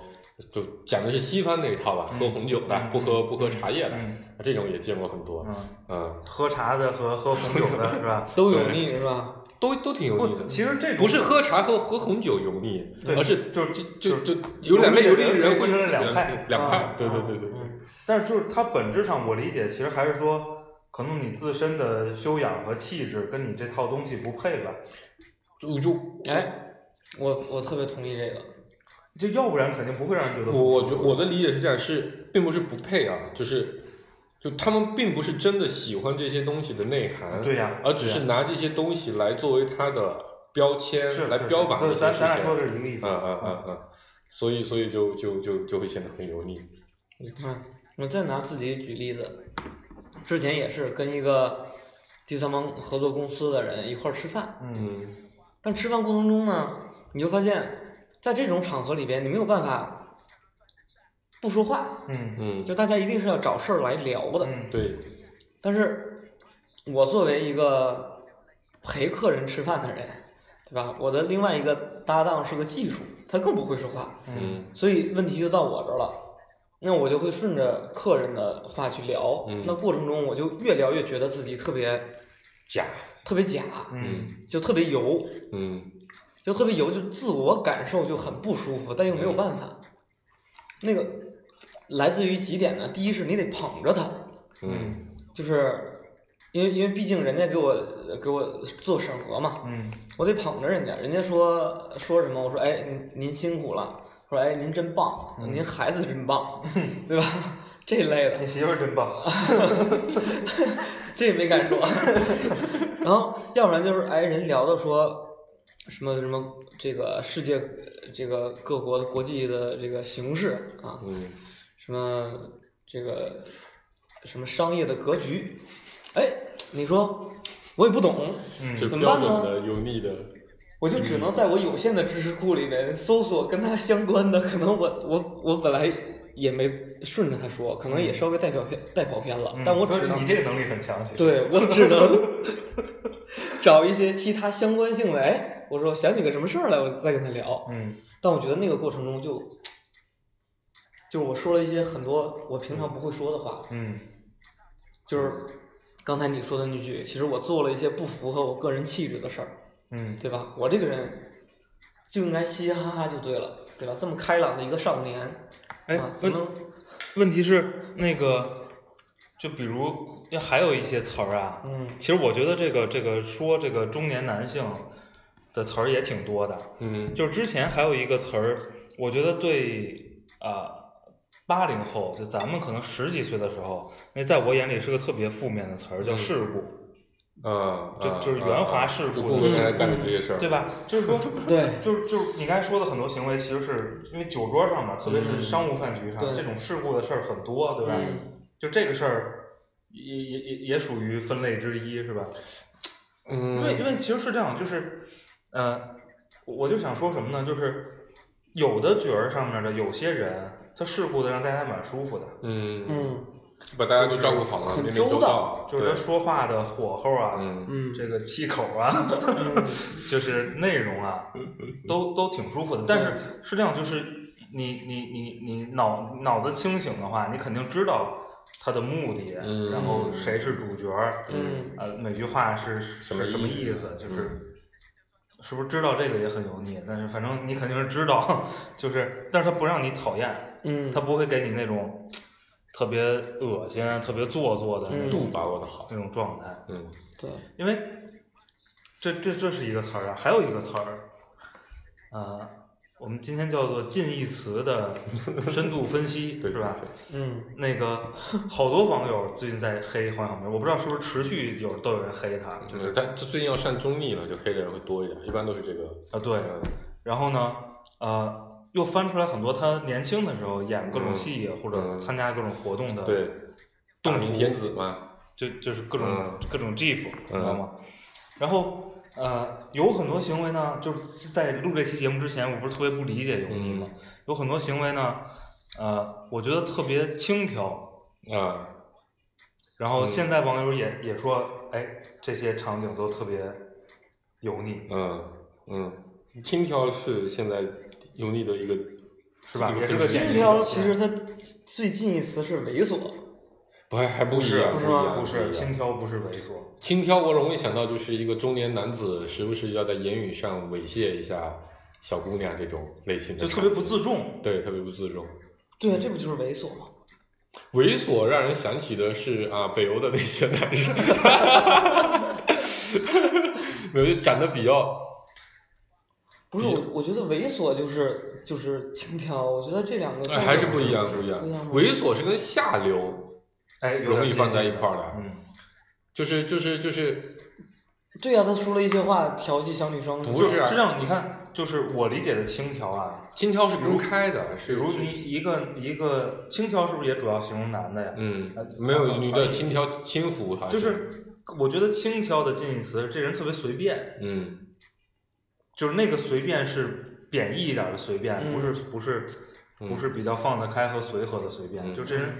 S5: 就讲的是西方那一套吧，
S4: 嗯
S5: 喝红酒的，
S4: 嗯
S5: 不喝不喝茶叶的，啊
S4: 嗯
S5: 这种也见过很多，
S4: 嗯，
S5: 嗯，
S4: 喝茶的和喝红酒 的是吧？
S3: 都有腻是吧？
S5: 都都挺油腻
S4: 不，
S5: 的。
S4: 其实这种
S5: 不是喝茶和喝红酒油腻，
S4: 对
S5: 而是
S4: 就是
S5: 就就
S4: 就是
S5: 就有两类油
S4: 油
S5: 腻
S4: 腻
S5: 的
S4: 的
S5: 人
S4: 人分成两派
S5: 两派
S4: 啊，
S5: 对对
S4: 啊
S5: 对对对。
S4: 但是就是它本质上，我理解其实还是说，可能你自身的修养和气质跟你这套东西不配吧。
S5: 我就
S3: 哎，我我特别同意这个。
S4: 就要不然肯定不会让人觉得
S5: 我
S4: 不
S5: 我
S4: 舒
S5: 觉
S4: 服
S5: 我的理解是这样，是并不是不配啊，就是就他们并不是真的喜欢这些东西的内涵，
S4: 对呀
S5: 啊而只
S4: 对啊
S5: 是
S4: 呀
S5: 拿这些东西来作为它的标签，
S4: 是
S5: 来
S4: 是
S5: 标
S4: 是
S5: 榜
S4: 不
S5: 这
S4: 是
S5: 些
S4: 咱
S5: 事
S4: 咱俩
S5: 情
S4: 说的是一个意思
S5: 嗯嗯嗯嗯，所以所以就就就就会显得很油腻。
S3: 你看，我再拿自己举例子，之前也是跟一个第三方合作公司的人一块儿吃饭，
S4: 嗯
S5: 嗯
S3: 但吃饭过程中呢，你就发现，在这种场合里边，你没有办法不说话，
S4: 嗯
S5: 嗯，
S3: 就大家一定是要找事儿来聊的。
S4: 嗯，
S5: 对，
S3: 但是，我作为一个陪客人吃饭的人，对吧？我的另外一个搭档是个技术，他更不会说话，
S4: 嗯
S3: 所以问题就到我这儿了。那我就会顺着客人的话去聊，
S5: 嗯
S3: 那过程中我就越聊越觉得自己特别
S5: 假，
S3: 特别假，
S4: 嗯
S3: 就特别油，
S5: 嗯
S3: 就特别油，就自我感受就很不舒服，但又没
S5: 嗯
S3: 有办法。那个来自于几点呢？第一是你得捧着他，
S5: 嗯
S4: 嗯
S3: 就是因为因为毕竟人家给我给我做审核嘛，
S4: 嗯
S3: 我得捧着人家。人家说说什么，我说哎您您辛苦了，说哎您真棒，
S4: 嗯
S3: 您孩子真棒，对吧？这一类的
S4: 你，媳妇儿真棒，
S3: 这也没敢说。 然后要不然就是哎，人聊到说什么什么这个世界呃这个各国的国际的这个形势啊，
S5: 嗯
S3: 什么这个什么商业的格局，哎，你说我也不懂，
S4: 嗯，
S5: 就
S3: 怎么
S5: 标
S3: 办
S5: 准
S3: 呢
S5: 的油腻的，
S3: 我就只能在我有限的知识库里面搜索跟他相关的，可能我我我本来。也没顺着他说，可能也稍微带跑偏带跑偏了，
S4: 嗯
S3: 但我
S4: 说
S3: 只能
S4: 你这个能力很强，其实，
S3: 对我只能找一些其他相关性的。哎，我说想起个什么事儿来，我再跟他聊。
S4: 嗯
S3: 但我觉得那个过程中就，就是我说了一些很多我平常不会说的话，
S4: 嗯
S3: 就是刚才你说的那句，其实我做了一些不符合我个人气质的事儿，
S4: 嗯
S3: 对吧？我这个人就应该嘻嘻哈哈就对了，对吧？这么开朗的一个少年，
S4: 哎
S3: 啊，怎
S4: 问
S3: 么
S4: 问题是那个，就比如还有一些词儿啊，
S3: 嗯
S4: 其实我觉得这个这个说这个中年男性的词儿也挺多的，
S5: 嗯
S4: 就是之前还有一个词儿，我觉得对啊。八零后，就咱们可能十几岁的时候，那在我眼里是个特别负面的词儿，叫
S5: 嗯
S4: 世故。
S5: 啊，
S4: 就
S5: 啊
S4: 就是
S5: 啊
S4: 圆滑
S5: 啊
S4: 世
S5: 就
S4: 故
S5: 顾
S4: 的
S5: 不上
S4: 事
S5: 来
S4: 儿
S5: 干的这些事儿，
S4: 对？吧？就是说，
S3: 对
S4: 就是就是你刚才说的很多行为，其实是因为酒桌上嘛，特别是
S5: 嗯
S4: 商务饭局上，
S3: 对
S4: 这种事故的事儿很多，对吧？
S3: 嗯
S4: 就这个事儿也也也也属于分类之一，是吧？因为因
S5: 嗯
S4: 为其实是这样，就是，呃，我我就想说什么呢？就是有的角儿上面的有些人，他世故的让大家蛮舒服的，
S5: 嗯，
S3: 嗯
S5: 把大家都照顾好了，
S3: 很
S5: 面面
S3: 周到
S5: 周到，
S4: 就是
S5: 对
S4: 他说话的火候啊，
S5: 嗯
S3: 嗯
S4: 这个气口啊， 就是内容啊，都都挺舒服的。但是是这样，就是你你你你脑脑子清醒的话，你肯定知道他的目的，
S5: 嗯
S4: 然后谁是主角儿，
S3: 嗯
S4: 呃，每句话是
S5: 什么
S4: 是什么
S5: 意
S4: 意
S5: 思
S4: 思，就是。是不是知道这个也很油腻？但是反正你肯定是知道， 就是，但是他不让你讨厌，
S3: 嗯，
S4: 他不会给你那种特别恶心、啊特别做作的那
S3: 嗯
S4: 种
S5: 度把握的好，
S4: 那种状态。
S5: 嗯
S3: 对，
S4: 因为这这这是一个词儿啊，还有一个词儿，呃，我们今天叫做近义词的深度分析，
S5: 对
S4: 是吧？
S5: 对
S3: 嗯
S4: 那个好多网友最近在黑黄晓明，我不知道是不是持续有都有人黑他，就
S5: 嗯
S4: 是，
S5: 但这最近要善中立了，就黑的人会多一点，一般都是这个，嗯
S4: 啊对，然后呢，呃，又翻出来很多他年轻的时候演各种戏啊或者
S5: 嗯
S4: 参加各种活动的，
S5: 嗯，对，大明天子嘛，
S4: 就就是各种、
S5: 嗯
S4: 各种 GIF，你知道
S5: 嗯
S4: 吗？然后呃，有很多行为呢，就是在录这期节目之前，我不是特别不理解油腻吗？有很多行为呢，呃，我觉得特别轻佻。
S5: 啊，
S4: 然后现在网友也、也说，哎，这些场景都特别油腻，
S5: 嗯嗯，轻佻是现在油腻的一个，
S4: 是吧
S5: 一
S4: 也是个
S5: 分支
S3: 轻
S4: 典型的
S3: 佻其实它最近义词是猥琐，
S5: 不还还不一样，
S3: 不是
S5: 一
S3: 吗
S5: 样
S4: 不
S5: 一
S4: 是
S5: 样
S4: 轻佻，不是猥琐。
S5: 轻佻，我容易想到就是一个中年男子，时不时就要在言语上猥亵一下小姑娘这种类型的
S4: 就
S5: 场景，
S4: 特别不自重，
S5: 对，特别不自重。
S3: 对啊，这不就是猥琐吗？
S5: 猥琐让人想起的是啊，北欧的那些男生，没有就长得比较，
S3: 不
S4: 哎
S3: 是我，我觉得猥琐就是就是轻佻，我觉得这两个
S5: 哎，还是不一样，不一样
S3: 不一样。吗
S5: 猥琐是跟下流
S4: 哎，有点
S5: 容易放在
S4: 接
S5: 一
S4: 近
S5: 块儿的，
S4: 嗯，
S5: 就是就是就是
S3: 对呀、他说了一些话调戏小女生，
S5: 不
S4: 就是
S5: 啊
S4: 实际上你看，就是我理解的轻佻啊，
S5: 金条是分开的，
S4: 比
S5: 是
S4: 如
S5: 是
S4: 你一个一个轻佻，是不是也主要形容男的呀？
S5: 嗯
S4: 呃，
S5: 没
S4: 好
S5: 有
S4: 好
S5: 女的轻佻轻浮，好像
S4: 就是我觉得轻佻的近义词，这人特别随便，
S5: 嗯
S4: 就是那个随便是贬义一点的随便，
S3: 嗯
S4: 不是不是不是比较放得开和随和的随便，
S5: 嗯
S4: 就这人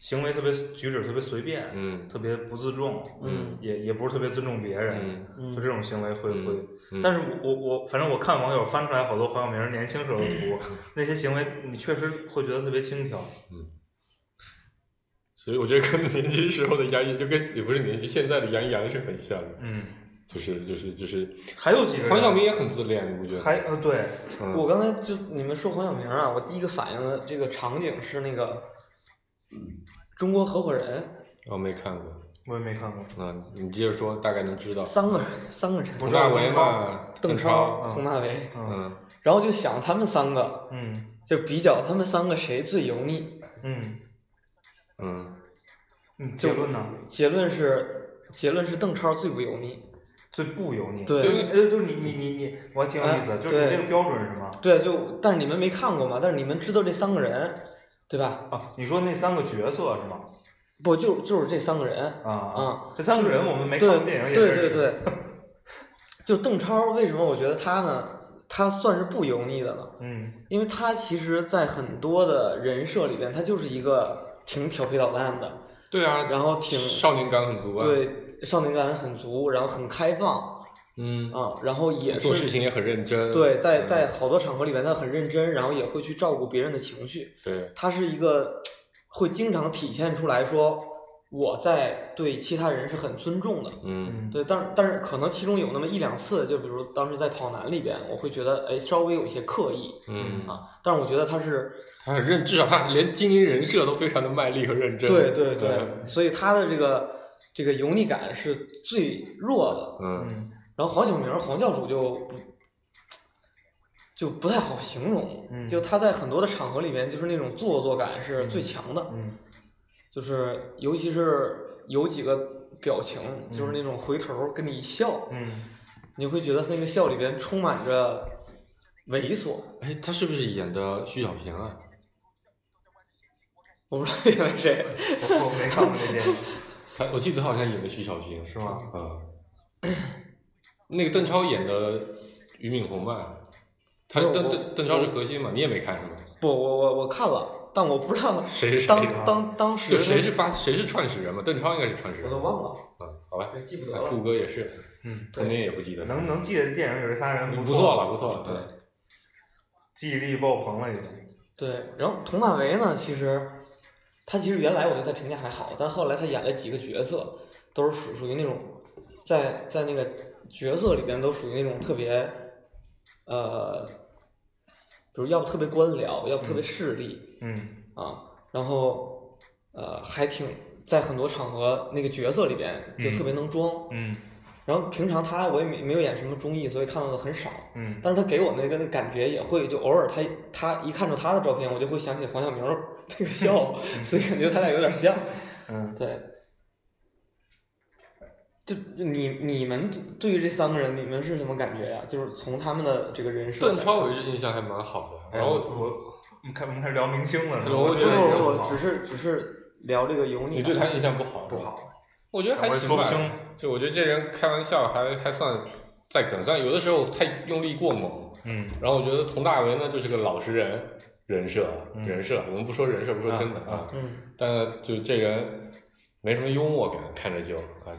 S4: 行为特别举止特别随便，
S5: 嗯
S4: 特别不自重，
S3: 嗯
S4: 也也不是特别尊重别人，
S5: 嗯，
S3: 嗯
S4: 就这种行为会
S5: 嗯
S4: 会。
S5: 嗯
S4: 但是我我我反正我看网友翻出来好多黄晓明年轻时候的 图，那些行为你确实会觉得特别轻佻。
S5: 所以我觉得跟年轻时候的杨洋就跟也不是年轻现在的杨洋是很像的，
S4: 嗯，
S5: 就是就是就是
S4: 还有几个人
S5: 黄晓明也很自恋，你不觉得？
S4: 还呃对，
S5: 嗯
S3: 我刚才就你们说黄晓明啊，我第一个反应的这个场景是那个中国合伙人，
S5: 我哦没看过，
S4: 我也没看过。
S5: 嗯，你接着说，大概能知道。
S3: 三个人，三个人，
S4: 不
S5: 佟
S4: 知道
S5: 大为嘛，
S3: 邓
S5: 超，
S3: 超、佟大为，
S5: 嗯
S3: 然后就想他们三个，
S4: 嗯
S3: 就比较他们三个谁最油腻，
S4: 嗯，
S5: 嗯，
S4: 你结论呢？
S3: 结论是结论是邓超最不油腻，
S4: 最不油腻。
S3: 对
S4: 就你呃，就是你你你你，我还挺有意思的，
S3: 哎
S4: 就是你
S3: 对
S4: 这个标准是吗？
S3: 对，就但是你们没看过嘛，但是你们知道这三个人，对吧？
S4: 啊，你说那三个角色是吗？
S3: 不就就是这三个人，
S4: 啊
S3: 啊，
S4: 这三个人我们没看
S3: 对
S4: 过电影也
S3: 对
S4: 认
S3: 对
S4: 识
S3: 对， 就邓超为什么我觉得他呢，他算是不油腻的了。
S4: 嗯
S3: 因为他其实，在很多的人设里边，他就是一个挺调皮捣蛋的，
S5: 对啊，
S3: 然后挺
S5: 少年感很足啊，，
S3: 对少年感很足，然后很开放
S5: 嗯，
S3: 啊，然后也
S5: 做
S3: 是
S5: 事情也很认真，
S3: 对，在
S5: 嗯
S3: 在好多场合里边，他很认真，然后也会去照顾别人的情绪。
S5: 对，
S3: 他是一个会经常体现出来说我在对其他人是很尊重的。
S5: 嗯
S4: 嗯，
S3: 对，但是但是可能其中有那么一两次，就比如当时在跑男里边，我会觉得哎稍微有一些刻意
S5: 嗯，
S3: 啊，但是我觉得他是
S5: 他很认，至少他连经营人设都非常的卖力和认真，嗯
S3: 对对对，所以他的这个这个油腻感是最弱的。
S5: 嗯，
S4: 嗯
S3: 然后黄晓明黄教主就不就不太好形容，
S4: 嗯
S3: 就他在很多的场合里面，就是那种做作感是最强的，
S4: 嗯
S3: 就是尤其是有几个表情，
S5: 嗯
S3: 就是那种回头跟你一笑，
S4: 嗯，
S3: 你会觉得那个笑里边充满着猥琐。
S5: 哎，他是不是演的徐小平啊？
S3: 我不知道因为谁，
S4: 我我没看过那电影，
S5: 他我记得他好像演的徐小平，
S4: 是吗？
S5: 啊，那个邓超演的俞敏洪吧，他
S3: 没有
S5: 邓
S3: 我
S5: 邓邓超是核心嘛，你也没看是吗？
S3: 不，我我我看了，但我不知道
S5: 谁是谁
S3: 当当当时
S5: 就谁是发谁是创始人嘛？邓超应该是创始人，
S3: 我都忘了，
S5: 嗯，好吧，
S3: 就记不得
S5: 哎
S3: 了
S5: 顾。哥也是，
S4: 嗯，
S5: 童年也不记得，嗯
S4: 能能记得这电影有这仨人
S5: 不
S4: 错
S5: 错了，不错了，嗯
S3: 对
S4: 记忆力爆棚了已经。
S3: 对，然后佟大为呢，其实他其实原来我对他评价还好，但后来他演了几个角色，都是属属于那种在在那个角色里边都属于那种特别呃，比如要不特别官僚，要不特别势利、
S4: 嗯
S3: 啊，然后呃还挺在很多场合那个角色里边就特别能装，
S4: 嗯
S3: 然后平常他我也没没有演什么综艺，所以看到的很少。
S4: 嗯
S3: 但是他给我那个那感觉也会，就偶尔他他一看出他的照片，我就会想起黄晓明儿那个 笑，所以感觉他俩有点像。
S4: 嗯，
S3: 对，就就你你们对于这三个人，你们是什么感觉呀、就是从他们的这个人设来
S5: 邓
S3: 看。
S5: 超我印象还蛮好的，
S4: 哎
S5: 然后
S4: 我我我们开我们开始聊明星了，是吧
S5: 我
S3: 不
S5: 觉
S3: 不
S5: 得也
S3: 不，
S4: 好
S3: 我只是只是聊这个油腻
S5: 你
S3: 感。
S5: 对他印象不好
S4: 不
S5: 是吧？
S4: 好，
S5: 我觉得还
S4: 我也
S5: 行
S4: 说
S5: 吧
S4: 不，清。
S5: 就我觉得这人开玩笑还还算在梗上，有的时候太用力过猛。
S4: 嗯
S5: 然后我觉得佟大为呢，就是个老实人人设，啊
S4: 嗯
S5: 人设，我们不说人设，不说真的
S4: 啊
S5: 啊，
S3: 嗯
S5: 但就这人没什么幽默感，看着就啊，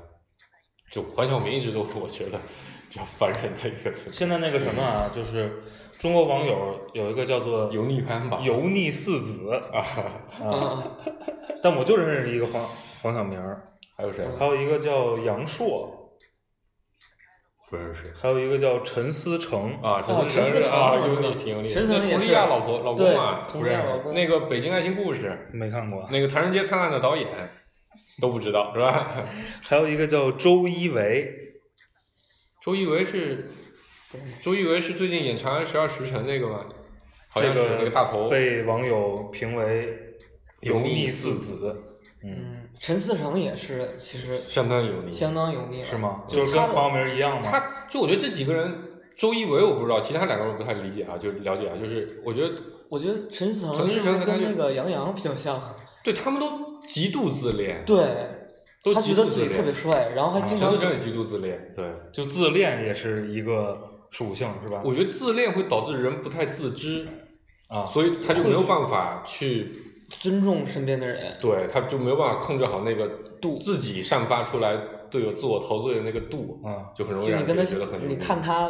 S5: 就黄晓明一直都是我觉得比较烦人的一个存在
S4: 现在那个什么啊，就是中国网友有一个叫做
S5: 油腻排行榜
S4: 油腻四子
S5: 啊，
S4: 啊，
S3: 啊，
S4: 但我就认识一个黄黄晓明儿，
S5: 还有谁？啊
S4: 还有一个叫杨烁，
S5: 不认识
S4: 还有一个叫陈思诚。
S5: 啊，陈
S3: 哦
S5: 思诚
S3: 陈
S5: 是
S3: 思诚
S5: 啊，
S3: 我知道
S5: 油腻挺油腻的，
S3: 陈思诚
S5: 那
S3: 也
S5: 佟丽
S3: 是
S5: 娅老婆老公嘛，
S3: 对
S5: 不
S3: 佟丽
S5: 认
S3: 娅
S5: 识
S3: 老公
S5: 那个《北京爱情故事》，
S4: 没看过，
S5: 那个《唐人街探案》的导演都不知道是吧？
S4: 还有一个叫周一围，
S5: 周一围是周一围是最近演《长安十二时辰》那个吗？好
S4: 这
S5: 像是那个大头。
S4: 被网友评为油腻四子，嗯，
S3: 嗯，陈思诚也是，其实
S5: 相当有你。
S3: 相当油腻了，
S4: 是吗？
S3: 啊就
S4: 就是
S3: 他
S4: 跟
S3: 们
S4: 黄晓明一样吗？
S5: 他就我觉得这几个人，周一围我不知道，其他两个人我不太理解啊，就了解啊，就是我觉得
S3: 我觉得陈思诚
S5: 陈思
S3: 是不是
S5: 诚他
S3: 跟
S5: 就
S3: 那个杨洋比较像？
S5: 对他们都极度自恋，
S3: 对，
S5: 都
S3: 他
S5: 极
S3: 觉
S5: 度
S3: 得
S5: 自
S3: 自己
S5: 恋，
S3: 特别帅，然后还
S5: 啊
S3: 经
S5: 陈
S3: 常啊
S5: 思诚也极度自恋，对，
S4: 就自恋也是一个属性是吧？
S5: 我觉得自恋会导致人不太自知，
S4: 啊，
S5: 所以他就没有办法去，
S3: 尊重身边的人。
S5: 对，他就没有办法控制好那个度，自己散发出来对我自我陶醉的那个度，
S4: 嗯
S5: 就很容
S3: 啊
S5: 易
S3: 就
S5: 让
S3: 你跟他
S5: 人觉得很，
S3: 你看，他，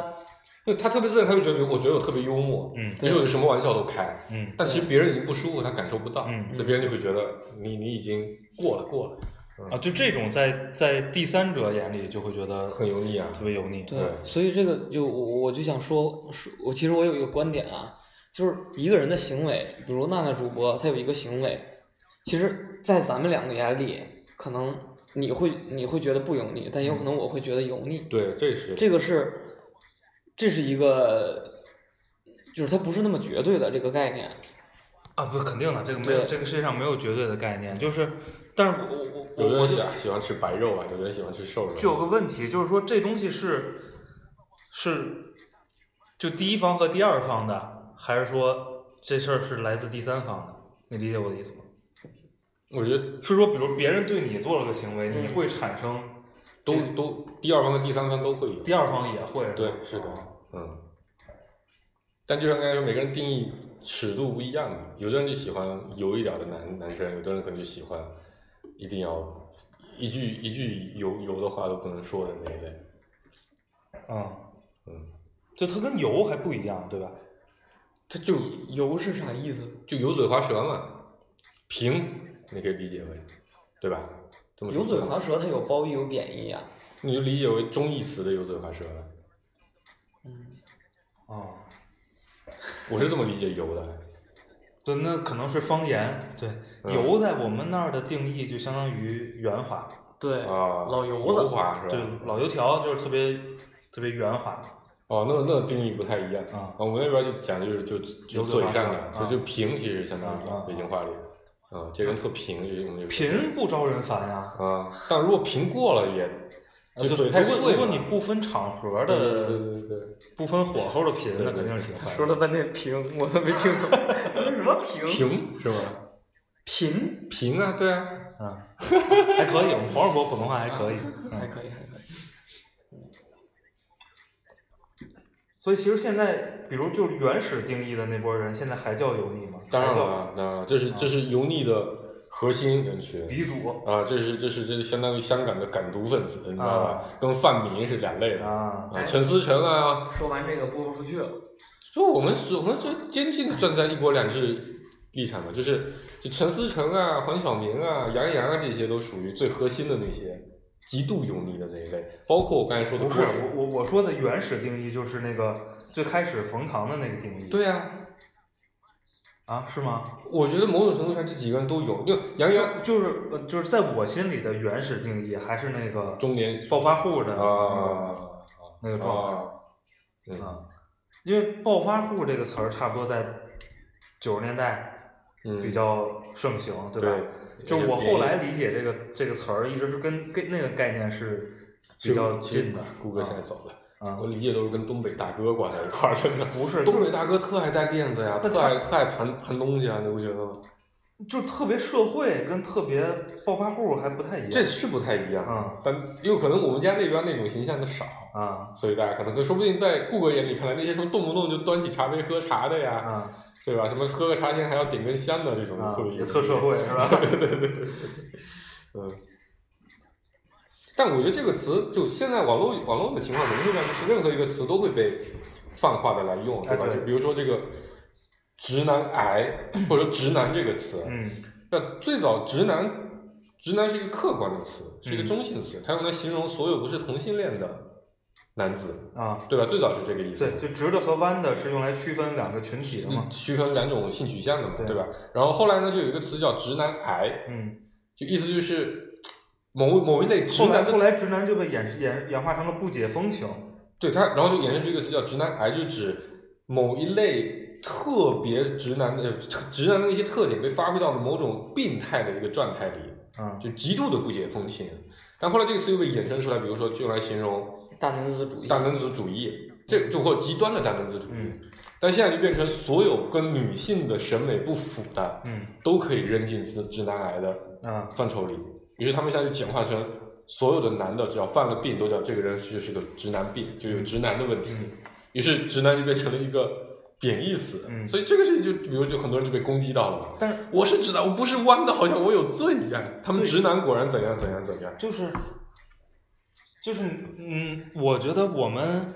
S5: 因为他特别自恋，他就觉得我觉得我特别幽默，
S4: 嗯
S5: 你说有什么玩笑都开，
S4: 嗯
S5: 但其实别人已经不舒服，他感受不到，
S4: 嗯
S5: 所以别人就会觉得你你已经过了过了，
S4: 啊，就这种在在第三者眼里就会觉得
S5: 很油腻啊，
S4: 特别油腻。
S3: 对
S5: 对，
S3: 所以这个就我我就想说，说我其实我有一个观点啊，就是一个人的行为，比如娜娜主播，她有一个行为，其实，在咱们两个眼里，可能你会你会觉得不油腻，但有可能我会觉得油腻。
S5: 对，这是
S3: 这个是，这是一个，就是它不是那么绝对的这个概念。
S4: 啊，不肯定的，这个没有，
S3: 对
S4: 这个世界上没有绝对的概念，就是，但是我我
S5: 有
S4: 我
S5: 的
S4: 我
S5: 人
S4: 就
S5: 喜喜欢吃白肉啊，有的人喜欢吃瘦肉，
S4: 就有个问题，就是说这东西是是就第一方和第二方的，还是说这事儿是来自第三方的？你理解我的意思吗？
S5: 我觉得
S4: 呃是说，比如别人对你做了个行为，
S3: 嗯
S4: 你会产生
S5: 都都第二方和第三方都会有，
S4: 第二方也会
S5: 对，是的，嗯。但就像刚才说，每个人定义尺度不一样嘛，有的人就喜欢油一点的男男生，有的人可能就喜欢一定要一句一句油油的话都不能说的那一类，
S4: 嗯，
S5: 嗯，
S4: 就它跟油还不一样，对吧？
S5: 他就
S3: 油是啥意思？
S5: 就油嘴滑舌嘛，平，你可以理解为，对吧？这么说
S3: 油嘴滑舌，它有褒义有贬义啊。
S5: 你就理解为中义词的油嘴滑舌了，
S3: 嗯，
S4: 啊，
S5: 我是这么理解油的，
S4: 对，那可能是方言。对，
S5: 嗯
S4: 油在我们那儿的定义就相当于圆滑，
S3: 对，
S5: 啊，
S3: 老油
S5: 油
S3: 了
S5: 滑是吧？
S4: 对，老油条就是特别特别圆滑
S5: 哦，那那定义不太一样
S4: 啊
S5: 我们那边就讲就是就就
S4: 油嘴
S5: 嘴
S4: 滑舌
S5: 上的，
S4: 啊
S5: 就就平，其实相当于
S4: 啊啊
S5: 北京话里，啊，这人特平，就是我们这个
S4: 贫不招人烦呀。
S5: 啊。但如果平过了也，就嘴太
S4: 如果
S5: 碎
S4: 如果
S5: 了
S4: 你嗯不分场合
S5: 对对对
S4: 的，
S5: 对对，
S4: 不分火候的贫，那肯定是挺烦。
S3: 说了半天平，我都没听懂， 什么平？
S5: 平是吧？
S3: 平
S5: 平啊，对啊，
S4: 嗯，还可以，我们黄世博普通话还可以。
S3: 还
S4: 嗯，
S3: 可以，还可以。
S4: 所以其实现在，比如就是原始定义的那波人，现在还叫油腻吗？
S5: 当然
S4: 还
S5: 了
S4: 叫
S5: 啊，当然了，这是这是油腻的核心人群
S4: 鼻祖
S5: 啊，这是这是这是相当于香港的港独分子，你知道吧？跟泛民是两类的啊，
S4: 啊。
S5: 陈思诚啊，
S3: 说完这个播不出去了。
S5: 就我们是我们就坚定地站在一国两制立场嘛，就是就陈思诚啊、黄晓明啊、杨洋啊这些都属于最核心的那些极度油腻的那一类，包括我刚才说的
S4: 不是
S5: 郭晓
S4: 我我我说的原始定义就是那个最开始冯唐的那个定义。
S5: 对啊，
S4: 啊，是吗？
S5: 我觉得某种程度上这几个人都有，因为杨洋
S4: 就就是呃就是在我心里的原始定义还是那个
S5: 中年
S4: 暴发户的那个
S5: 啊
S4: 那个状态。
S5: 啊，嗯
S4: 啊，因为“暴发户”这个词儿差不多在九十年代
S5: 嗯
S4: 比较盛行，对吧？
S5: 对
S4: 就我
S5: 也也
S4: 后来理解这个这个词儿，一直是跟跟那个概念是比较近的。
S5: 谷歌现在
S4: 啊
S5: 走了，
S4: 啊
S5: 我，理解都是跟东北大哥挂在一块儿，真的。
S4: 不是，
S5: 东
S4: 就
S5: 北
S4: 是
S5: 大哥特爱带链子呀，
S4: 但
S5: 特
S4: 他
S5: 爱特爱盘盘东西啊，你不觉得吗？
S4: 就特别社会跟特别暴发户还不太一样。
S5: 这是不太一样，
S4: 嗯
S5: 但因为可能我们家那边那种形象的少，
S4: 啊
S5: 所以大家可能就说不定在顾哥眼里看来，那些什么动不动就端起茶杯喝茶的呀，
S4: 啊
S5: 对吧？什么喝个茶前还要点根香的这种，
S4: 啊
S5: 特别，有
S4: 特社会是 吧？
S5: 嗯。但我觉得这个词，就现在网络网络的情况，怎么会这样？就是任何一个词都会被泛化的来用，对吧？
S4: 哎对
S5: 就比如说这个“直男癌” 或者“直男”这个词，
S4: 嗯
S5: 那最早直男，直男是一个客观的词，
S4: 嗯
S5: 是一个中性词，它用来形容所有不是同性恋的男子，
S4: 啊，
S5: 对吧？最早是这个意思。
S4: 对，就直的和弯的是用来区分两个群体的嘛
S5: 嗯。区分两种性取向的嘛，
S4: 对
S5: 对吧？然后后来呢，就有一个词叫直男癌，
S4: 嗯，
S5: 就意思就是某某一类直
S4: 后来
S5: 男
S4: 后
S5: 的，
S4: 来直男就被演演演化成了不解风情。
S5: 对它，然后就衍生出一个词叫直男癌，就指某一类特别直男的呃特直男的一些特点被发挥到了某种病态的一个状态里。
S4: 嗯
S5: 就极度的不解风情。但后来这个词又被衍生出来，比如说用来形容
S3: 大男子主义，
S5: 大男子主义，这就或极端的大男子主义。
S4: 嗯
S5: 但现在就变成所有跟女性的审美不符的，
S4: 嗯
S5: 都可以扔进直直男癌的
S4: 啊
S5: 范畴里。于是他们现在就简化成，所有的男的只要犯了病，都叫这个人就是个直男病，就有直男的问题。
S4: 嗯
S5: 于是直男就变成了一个贬义词。
S4: 嗯
S5: 所以这个事情就，比如就很多人就被攻击到了嘛。
S4: 但是
S5: 我是直男，我不是弯的，好像我有罪一样。他们直男果然怎样怎样怎样。
S4: 就是就是嗯，我觉得我们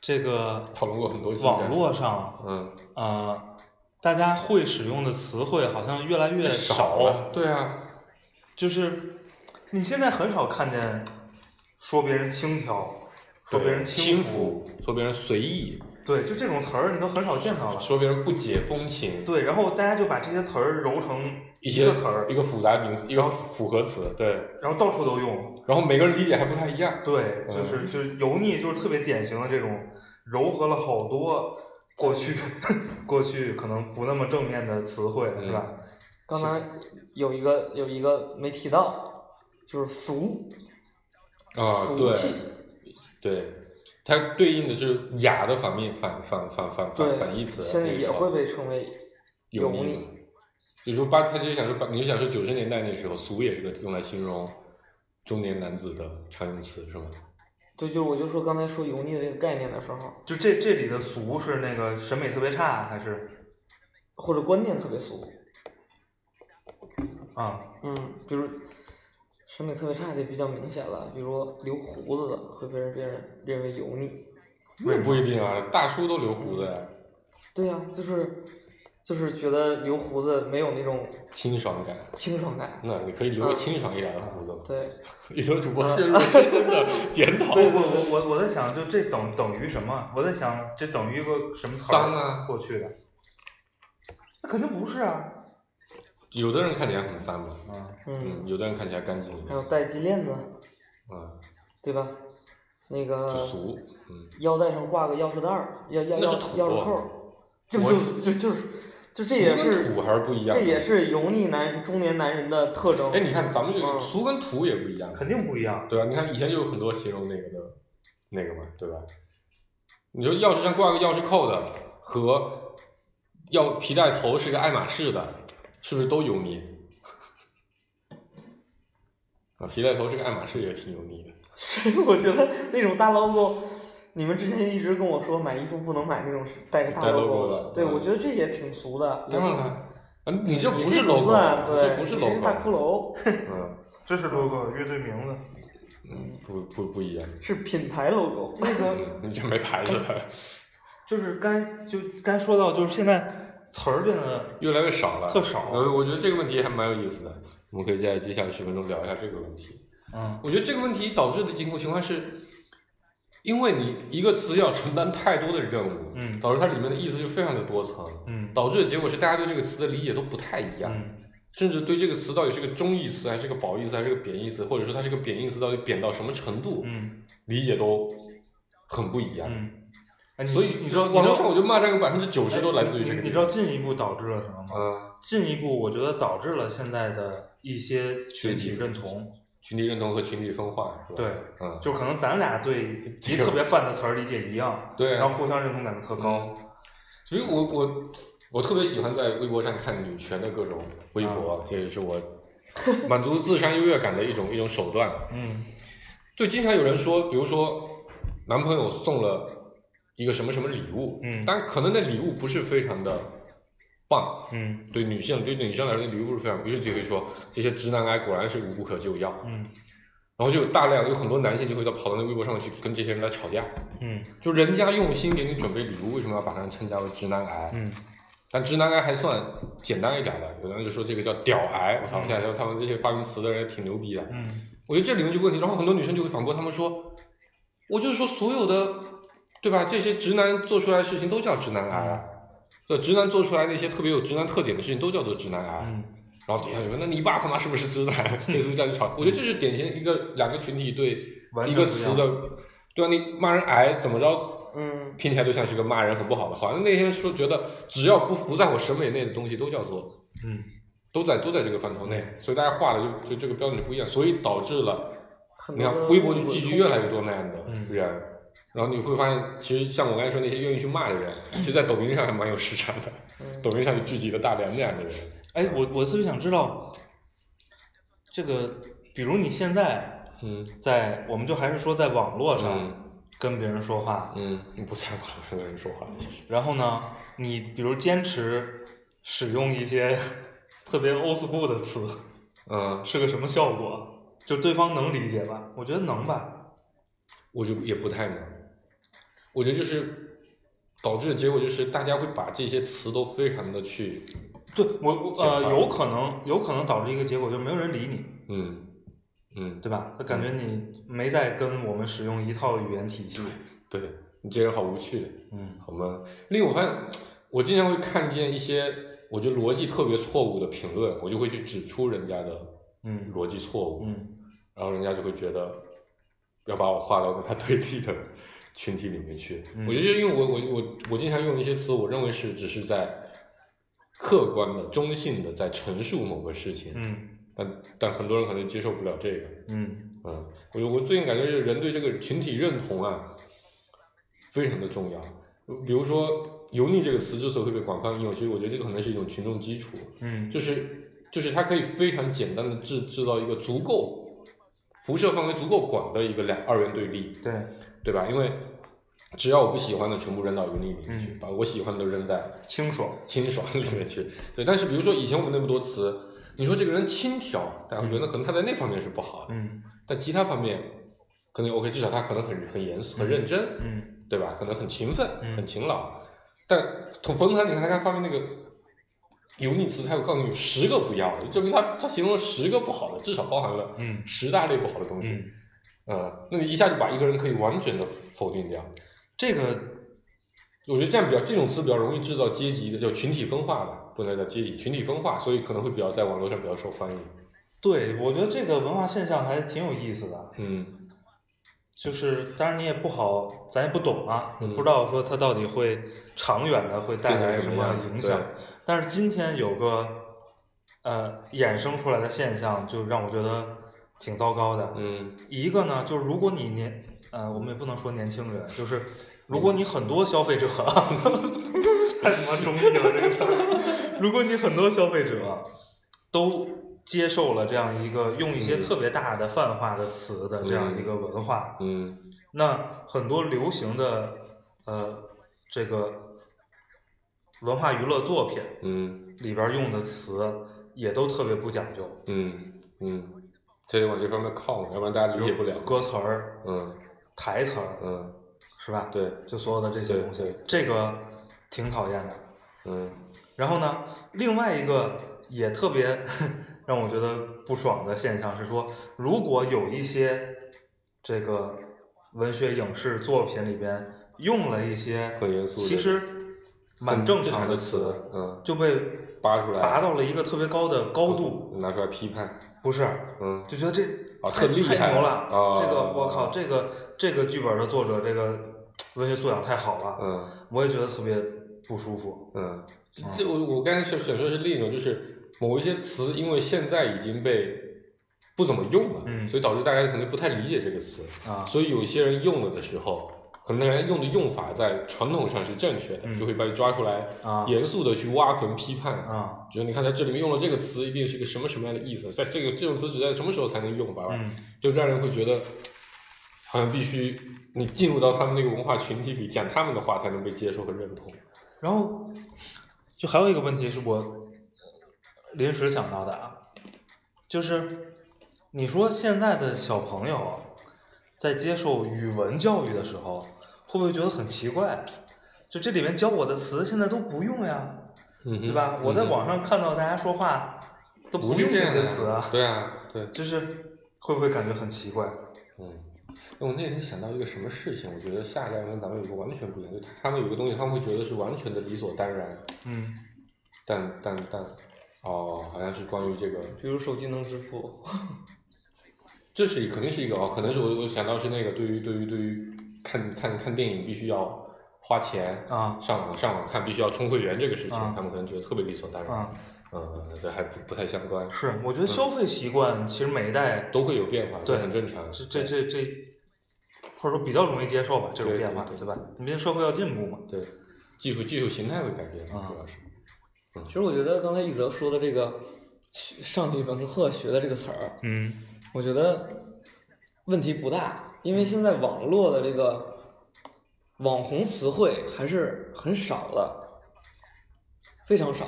S4: 这个
S5: 讨论过很多期
S4: 网，络上
S5: 嗯，
S4: 呃，大家会使用的词汇好像越来越
S5: 少了，对啊，
S4: 就是你现在很少看见说别人轻佻，说别人
S5: 轻
S4: 浮，
S5: 浮，说别人随意，
S4: 对，就这种词儿你都很少见到了。
S5: 说别人不解风情，
S4: 对，然后大家就把这些词儿揉成
S5: 一
S4: 一
S5: 些
S4: 个词儿
S5: 一，个复杂名词，一个复合词，对。
S4: 然后到处都用。
S5: 然后每个人理解还不太一样，
S4: 对，就是就是油腻，就是特别典型的这种糅合了好多过去 过去可能不那么正面的词汇，是
S5: 嗯
S4: 吧？
S3: 刚才有一个有一个没提到，就是俗，
S5: 啊，
S3: 俗
S5: 对
S3: 气，
S5: 对，它对应的是雅的反面反反反反反反
S3: 对，
S5: 义词，啊
S3: 现在
S5: 比如
S3: 也
S5: 说
S3: 会被称为油
S5: 油
S3: 腻。
S5: 就说八，他就想说八，你就想说九十年代那时候，俗也是个用来形容中年男子的常用词，是吗？
S3: 对，就是我就说刚才说油腻的这个概念的时候，
S4: 就这这里的俗是那个审美特别差，还是
S3: 或者观念特别俗，
S4: 啊？
S3: 嗯，比如审美特别差就比较明显了，比如说留胡子的会被人别人认为油腻。
S5: 那
S3: 嗯
S5: 不一定啊，大叔都留胡子呀，
S3: 对呀、就是就是觉得留胡子没有那种
S5: 清爽感。
S3: 清爽感。
S5: 那你可以留个清爽一点的胡子嘛。
S3: 嗯 对，嗯
S5: 你说主播陷入了深 深的检讨
S4: 不，。我我我我在想，就这等等于什么？啊我在想，这等于一个什么词儿？
S5: 脏啊
S4: 过去的，那肯定不是啊。
S5: 有的人看起来很脏嘛，
S4: 嗯，
S5: 嗯，
S3: 嗯，
S5: 有的人看起来干净，
S3: 还有戴金链子，
S5: 嗯，
S3: 对吧？那
S5: 就
S3: 个
S5: 俗，嗯，
S3: 腰带上挂个钥匙袋儿，钥钥
S5: 那是
S3: 钥
S5: 土啊
S3: 钥匙扣儿， 这不
S5: 我
S3: 就就就是就这也
S5: 俗跟
S3: 是
S5: 土还是不一样。
S3: 这也。是油腻男中年男人的特征。
S5: 哎，你看咱们这个
S3: 嗯
S5: 俗跟土也不一样，
S4: 肯定不一样。
S5: 对吧？啊你看以前就有很多形容那个的，那个嘛，对吧？你说钥匙上挂个钥匙扣的和要皮带头是个爱马仕的，是不是都油腻？啊，皮带头是个爱马仕也挺油腻的。
S3: 我觉得那种大 logo，你们之前一直跟我说买衣服不能买那种带着大
S5: 带 logo 的
S3: 的，对，
S5: 嗯
S3: 我觉得这也挺俗的。嗯
S5: 当然了，啊，你这
S3: 你
S5: 不
S3: 这
S5: 是
S3: 不
S5: logo，
S3: 算
S5: 你
S3: 对，
S5: 这不是
S3: 你这是
S5: logo，
S3: 大骷髅，
S5: 嗯
S4: 这是 logo 乐队名字，
S5: 嗯，不不不一样，
S3: 是品牌 logo。那个
S5: 嗯，你这没牌子了，
S4: 就是该就该说到，就是现在词儿变得
S5: 越来越少了，
S4: 特少
S5: 呃，我觉得这个问题还蛮有意思的，我们可以在接下来十分钟聊一下这个问题。
S4: 嗯
S5: 我觉得这个问题导致的结果情况是，因为你一个词要承担太多的任务，
S4: 嗯
S5: 导致它里面的意思就非常的多层，
S4: 嗯
S5: 导致的结果是大家对这个词的理解都不太一样，
S4: 嗯
S5: 甚至对这个词到底是个中义词还是个褒义词还是个贬义词，或者说它是个贬义词到底贬到什么程度，
S4: 嗯
S5: 理解都很不一样。
S4: 嗯。哎，你
S5: 所以
S4: 你知道
S5: 网络上我
S4: 我
S5: 就骂战有百分之九十都来自于这个
S4: 你
S5: 地
S4: 你知道
S5: 方。
S4: 进一步导致了什么吗？
S5: 嗯，
S4: 进一步，我觉得导致了现在的一些群体认同，
S5: 群体认同和群体分化是吧？
S4: 对，
S5: 嗯，
S4: 就可能咱俩对
S5: 这
S4: 一
S5: 个
S4: 特别泛的词儿理解一样，
S5: 对啊
S4: 然后互相认同感就特高。
S5: 高。所以我我我特别喜欢在微博上看女权的各种微博，这也是我 满足自身优越感的一种一种手段。
S4: 嗯
S5: 就经常有人说，比如说男朋友送了一个什么什么礼物，
S4: 嗯
S5: 但可能那礼物不是非常的棒，
S4: 嗯
S5: 对女性对女生来说，那礼物不是非常，于是就会说这些直男癌果然是无可救药。
S4: 嗯
S5: 然后就有大量有很多男性就会到跑到那微博上去跟这些人来吵架，
S4: 嗯
S5: 就人家用心给你准备礼物，为什么要把它称加为直男癌？
S4: 嗯
S5: 但直男癌还算简单一点的，有的人就说这个叫屌癌，我操！我现在说他们这些发明词的人也挺牛逼的。
S4: 嗯
S5: 我觉得这里面就有问题，然后很多女生就会反驳他们说，我就是说所有的，对吧？这些直男做出来的事情都叫直男癌啊，
S4: 嗯
S5: 对，直男做出来那些特别有直男特点的事情都叫做直男癌。啊
S4: 嗯
S5: 然后底下就说，那你爸他妈是不是直男？ 类似于这样去吵，我觉得这是典型一个两个群体对
S4: 完全
S5: 一
S4: 不一样
S5: 个词的，对吧？你骂人癌怎么着？
S3: 嗯，
S5: 听起来就像是个骂人很不好的话。那那些人说觉得只要不不在我审美内的东西都叫做
S4: 嗯
S5: 都在都在这个范畴内，
S3: 嗯
S5: 所以大家画的就就这个标准就不一样，所以导致了
S3: 很
S5: 你
S3: 多
S5: 看
S3: 的
S5: 微博就聚集越来越多那样的
S4: 嗯
S5: 人，然后你会发现，其实像我刚才说那些愿意去骂的人，其实在抖音上还蛮有市场的，
S3: 嗯
S5: 抖音上就聚集了大量这样的人。
S4: 哎，我我特别想知道，这个，比如你现在
S5: 嗯
S4: 在，我们就还是说在网络上
S5: 嗯
S4: 跟别人说话，
S5: 嗯，你不在网络上跟人说话，其实
S4: 然后呢，你比如坚持使用一些特别 old school 的词，
S5: 嗯，
S4: 是个什么效果？就对方能理解吧？我觉得能吧。
S5: 我就也不太能，我觉得就是导致的结果就是大家会把这些词都非常的去，
S4: 对我我
S5: 简
S4: 呃，
S5: 化
S4: 有可能有可能导致一个结果，就没有人理你，
S5: 嗯嗯，
S4: 对吧？他感觉你没在跟我们使用一套语言体系。
S5: 对你这人好无趣。
S4: 嗯
S5: 好吗？另外，我发现我经常会看见一些我觉得逻辑特别错误的评论，我就会去指出人家的
S4: 嗯
S5: 逻辑错误，
S4: 嗯
S5: 然后人家就会觉得要把我划到跟他对立的群体里面去。
S4: 嗯
S5: 我觉得就是因为我我我我经常用一些词，我认为是只是在客观的、中性的在陈述某个事情，
S4: 嗯
S5: 但但很多人可能接受不了这个。
S4: 嗯
S5: 嗯，我我最近感觉就是人对这个群体认同啊，非常的重要。比如说“油腻”这个词之所以会被广泛应用，其实我觉得这个可能是一种群众基础，
S4: 嗯
S5: 就是就是它可以非常简单的制制造一个足够辐射范围足够广的一个两二元对立，
S4: 对，
S5: 对吧？因为只要我不喜欢的全部扔到油腻里面去，
S4: 嗯
S5: 把我喜欢的都扔在
S4: 清爽。
S5: 清爽里面去。对，但是比如说以前我们那么多词，你说这个人轻佻，大家会觉得可能他在那方面是不好的。
S4: 嗯
S5: 但其他方面可能 OK，至少他可能很很严肃、很认真，
S4: 嗯
S5: 对吧？可能很勤奋、
S4: 嗯
S5: 很勤劳。但从冯唐，你看他发明那个油腻词，他有告诉你有十个不要的，证明他他形容了十个不好的，至少包含了
S4: 嗯
S5: 十大类不好的东西。
S4: 嗯，
S5: 呃那你一下就把一个人可以完全的否定掉，
S4: 这个
S5: 我觉得这样比较这种词比较容易制造阶级的，叫群体分化吧，不能叫阶级，群体分化，所以可能会比较在网络上比较受欢迎。
S4: 对我觉得这个文化现象还挺有意思的，
S5: 嗯
S4: 就是当然你也不好，咱也不懂啊，
S5: 嗯
S4: 不知道说它到底会长远的会带来
S5: 变成什
S4: 么
S5: 么
S4: 样
S5: 样
S4: 的影响
S5: 对。
S4: 但是今天有个呃衍生出来的现象，就让我觉得挺糟糕的。
S5: 嗯
S4: 一个呢，就是如果你年呃，我们也不能说年轻人，就是如果你很多消费 者，太他妈中意了这个词儿。如果你很多消费者都接受了这样一个用一些
S5: 嗯
S4: 特别大的泛化的词的这样一个文化，
S5: 嗯
S4: 那很多流行的呃这个文化娱乐作品
S5: 嗯
S4: 里边用的词也都特别不讲究，
S5: 嗯嗯，这得往这方面靠，要不然大家理解不了。
S4: 歌词儿、
S5: 嗯
S4: 台词儿
S5: 嗯，
S4: 是吧？
S5: 对，
S4: 就所有的这些东西
S5: 对，
S4: 这个挺讨厌的。
S5: 嗯
S4: 然后呢，另外一个也特别 让我觉得不爽的现象是说，如果有一些这个文学影视作品里边用了一些
S5: 很严肃的
S4: 其实蛮正常的词，
S5: 嗯，
S4: 就被
S5: 扒出来，
S4: 拔到了一个特别高的高度，
S5: 拿出来批判，
S4: 不是？
S5: 嗯
S4: 就觉得这
S5: 啊
S4: 太
S5: 特厉害
S4: 太牛了，
S5: 啊
S4: 这个我靠，这个这个剧本的作者这个文学素养太好了，
S5: 嗯
S4: 我也觉得特别不舒服。
S5: 嗯
S4: 嗯，
S5: 这我我刚才想想说是另一种，就是某一些词，因为现在已经被不怎么用了，
S4: 嗯
S5: 所以导致大家可能不太理解这个词，
S4: 啊，
S5: 所以有些人用了的时候。可能人家用的用法在传统上是正确的，
S4: 嗯
S5: 就会被抓出来，
S4: 啊
S5: 严肃的去挖坟批判，
S4: 啊，
S5: 觉得你看它这里面用了这个词，一定是一个什么什么样的意思？在这个这种词只在什么时候才能用吧？
S4: 嗯，
S5: 就让人会觉得好像必须你进入到他们那个文化群体里，讲他们的话才能被接受和认同。
S4: 然后就还有一个问题是我临时想到的啊，就是你说现在的小朋友啊在接受语文教育的时候，会不会觉得很奇怪？就这里面教我的词现在都不用呀，
S5: 嗯
S4: 对吧？我在网上看到大家说话都不
S5: 不
S4: 用
S5: 这样
S4: 些
S5: 的
S4: 词啊，
S5: 对啊，对，
S4: 就是会不会感觉很奇怪？
S5: 嗯。哎我那天想到一个什么事情，我觉得下一代人跟咱们有个完全不一样，就他们有个东西，他们会觉得是完全的理所当然，
S4: 嗯，
S5: 但但但，哦，好像是关于这个
S3: 比如手机能支付，
S5: 这是肯定是一个哦，可能是我我想到是那个对于对于对于看看看电影必须要花钱
S4: 啊
S5: 上网上网看必须要充会员这个事情，
S4: 啊
S5: 他们可能觉得特别理所当然。
S4: 啊
S5: 嗯，这还不不太相关，
S4: 是，我觉得消费习惯其实每一代
S5: 都会有变化，
S4: 对
S5: 很正常。
S4: 这这这这，或者说比较容易接受吧，这种
S5: 对
S4: 变化，
S5: 对对
S4: 吧？你们社会要进步嘛，
S5: 对技术技术形态会改变，
S4: 啊
S5: 主要是
S3: 其实我觉得刚才一泽说的这个学上语文课学的这个词儿，
S4: 嗯
S3: 我觉得问题不大，因为现在网络的这个网红词汇还是很少的，非常少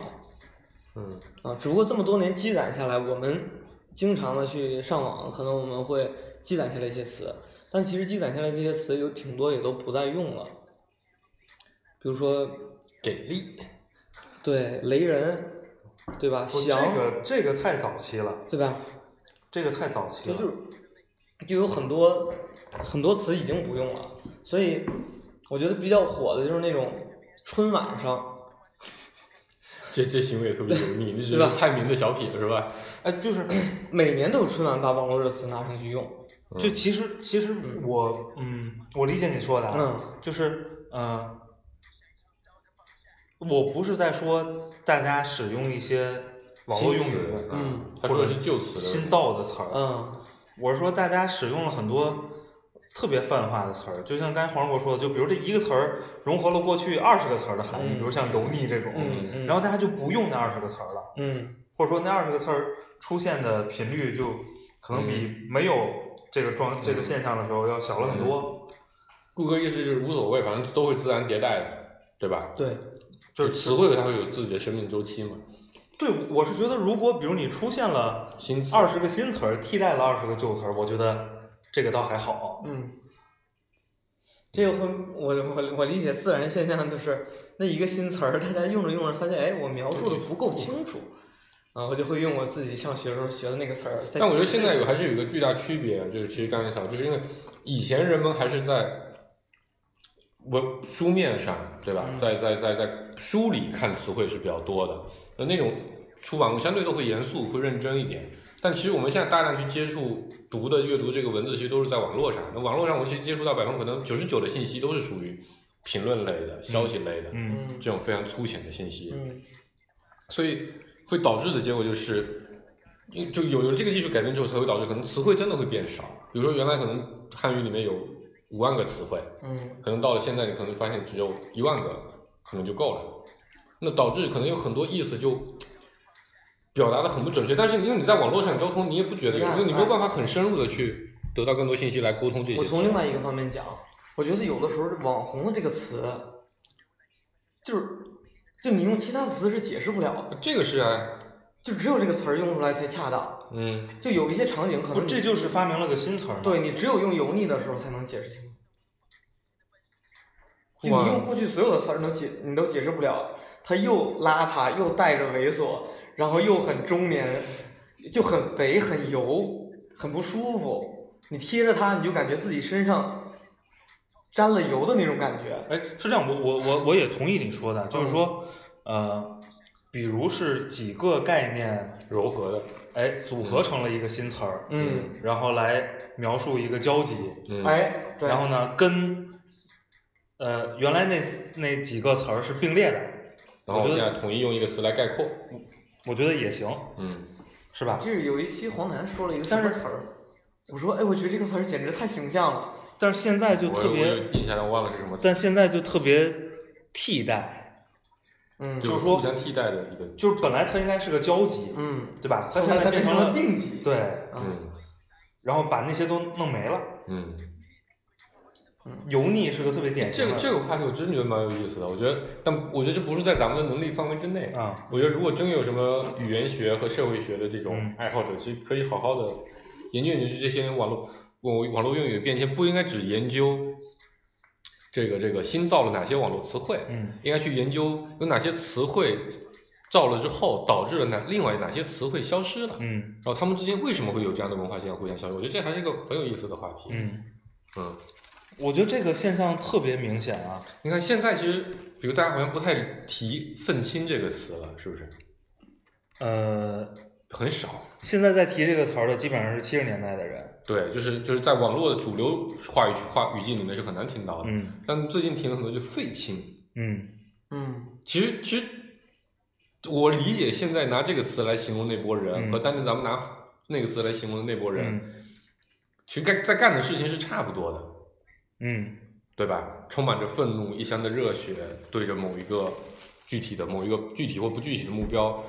S5: 嗯
S3: 啊。只不过这么多年积攒下来，我们经常的去上网，可能我们会积攒下来一些词，但其实积攒下来这些词有挺多也都不再用了，比如说
S5: 给力，
S3: 对雷人，对吧？
S4: 不
S3: 翔，
S4: 这个太早期了，
S3: 对吧？
S4: 这个太早期
S3: 就就是就有很多很多词已经不用了，所以我觉得比较火的就是那种春晚上，
S5: 这这行为特 别油腻，这
S3: 对吧
S5: 是蔡明的小品是吧？
S4: 哎，就是
S3: 每年都有春晚把网络热词拿上去用，
S5: 嗯
S4: 就其实其实我嗯，我理解你说的啊，
S3: 嗯
S4: 就是呃，我不是在说大家使用一些
S5: 网
S4: 新
S5: 络
S4: 用
S5: 词
S4: 语，
S3: 嗯
S5: 他说的是旧词，
S4: 新造的词儿，
S3: 嗯
S4: 我是说，大家使用了很多特别泛化的词儿，就像刚才黄世博说的，就比如这一个词儿融合了过去二十个词儿的含义，
S3: 嗯
S4: 比如像油腻这种，
S3: 嗯嗯，
S4: 然后大家就不用那二十个词儿了，
S3: 嗯
S4: 或者说那二十个词儿出现的频率就可能
S3: 嗯
S4: 比没有这个状、这个现象的时候要小了很多。
S3: 嗯
S5: 顾客意识就是无所谓，反正都会自然迭代的，对吧？
S3: 对，
S5: 就是词汇它会有自己的生命周期嘛，
S4: 对，我是觉得如果比如你出现了
S5: 新词
S4: 二十个新词儿，替代了二十个旧词儿，我觉得这个倒还好。
S3: 嗯。这个会，我我我理解自然现象就是那一个新词儿，大家用着用着发现，哎，我描述的不够清楚，啊，我就会用我自己上学的时候学的那个词儿。再
S5: 但我觉得
S3: 解
S5: 现
S3: 释
S5: 在有
S3: 一下
S5: 还是有一个巨大区别，啊就是其实刚才讲，就是因为以前人们还是在文书面上，对吧，
S4: 嗯
S5: 在在在在书里看词汇是比较多的，那那种出版物相对都会严肃、会认真一点。但其实我们现在大量去接触读的阅读这个文字，其实都是在网络上。那网络上我们其实接触到百分可能九十九的信息都是属于评论类的、消息类的、
S4: 嗯
S5: 这种非常粗浅的信息。
S3: 嗯
S5: 所以会导致的结果就是，因就有有这个技术改变之后，才会导致可能词汇真的会变少。比如说原来可能汉语里面有五万个词汇，
S3: 嗯
S5: 可能到了现在你可能发现只有一万个，可能就够了。那导致可能有很多意思就表达的很不准确，但是因为你在网络上沟通，你也不觉得有，因为你没有
S4: 哎
S5: 办法很深入的去得到更多信息来沟通这些
S3: 我
S5: 词。
S3: 从另外一个方面讲，我觉得有的时候“网红”的这个词，就是就你用其他词是解释不了的，
S5: 这个是啊，
S3: 就只有这个词儿用出来才恰当。
S5: 嗯，
S3: 就有一些场景可
S4: 不，
S3: 能
S4: 这
S3: 你
S4: 就是发明了个新词儿嘛。
S3: 对你只有用油腻的时候才能解释清楚。就
S5: 哇
S3: 你用过去所有的词儿你都解你都解释不了，它又邋遢又带着猥琐，然后又很中年，就很肥很油，很不舒服。你贴着它，你就感觉自己身上沾了油的那种感觉。
S4: 哎，是这样，我我我我也同意你说的，就是说，
S3: 嗯
S4: 呃，比如是几个概念，
S5: 柔和的，
S4: 哎，组合成了一个新词儿，
S3: 嗯，
S4: 然后来描述一个交集，
S5: 嗯，
S3: 哎，对，
S4: 然后呢，跟呃原来那那几个词儿是并列的，
S5: 然后
S4: 我
S5: 我
S4: 觉
S5: 现
S4: 得
S5: 在统一用一个词来概括，
S4: 我觉得也行，
S5: 嗯，
S4: 是吧？
S3: 这是有一期黄楠说了一个什
S4: 但
S3: 么
S4: 是
S3: 词儿，我说，哎，我觉得这个词儿简直太形象了。
S4: 但是现在就
S5: 我
S4: 特
S5: 我有
S4: 别，
S5: 印象，但我忘了是什么词。
S4: 但现在就特别替代，
S3: 嗯
S4: 就是说
S5: 互相替代的一个，
S4: 就是本来它应该是个交集，
S3: 嗯，
S4: 对吧？它
S3: 后
S4: 现
S3: 来
S4: 在
S3: 它
S4: 变
S3: 变
S4: 成
S3: 了
S4: 了
S3: 定级。，
S4: 对，
S3: 嗯
S5: 嗯
S4: 然后把那些都弄没了。
S5: 嗯，
S4: 油腻是个特别典型
S5: 这
S4: 的。
S5: 个这个话题我真觉得蛮有意思的，我觉得，但我觉得这不是在咱们的能力范围之内。
S4: 啊，
S5: 我觉得如果真有什么语言学和社会学的这种
S4: 嗯
S5: 爱好者，其实可以好好的研究研究这些网络网网络用语的变迁，不应该只研究这个这个新造了哪些网络词汇，
S4: 嗯
S5: 应该去研究有哪些词汇造了之后导致了哪另外哪些词汇消失了，
S4: 嗯
S5: 然后他们之间为什么会有这样的文化现象互相消失？我觉得这还是一个很有意思的话题。
S4: 嗯，
S5: 嗯
S4: 我觉得这个现象特别明显啊。
S5: 你看现在其实，比如大家好像不太提“愤青”这个词了，是不是？
S4: 呃，
S5: 很少。
S4: 现在在提这个词儿的，基本上是七十年代的人。
S5: 对，就是就是在网络的主流话语话语境里面是很难听到的。
S4: 嗯
S5: 但最近听了很多就“废青
S4: 嗯”，
S3: 嗯
S5: 其实其实我理解现在拿这个词来形容那波人，
S4: 嗯
S5: 和当年咱们拿那个词来形容那波人，
S4: 嗯
S5: 其实干在干的事情是差不多的，
S4: 嗯
S5: 对吧？充满着愤怒，一腔的热血，对着某一个具体的某一个具体或不具体的目标，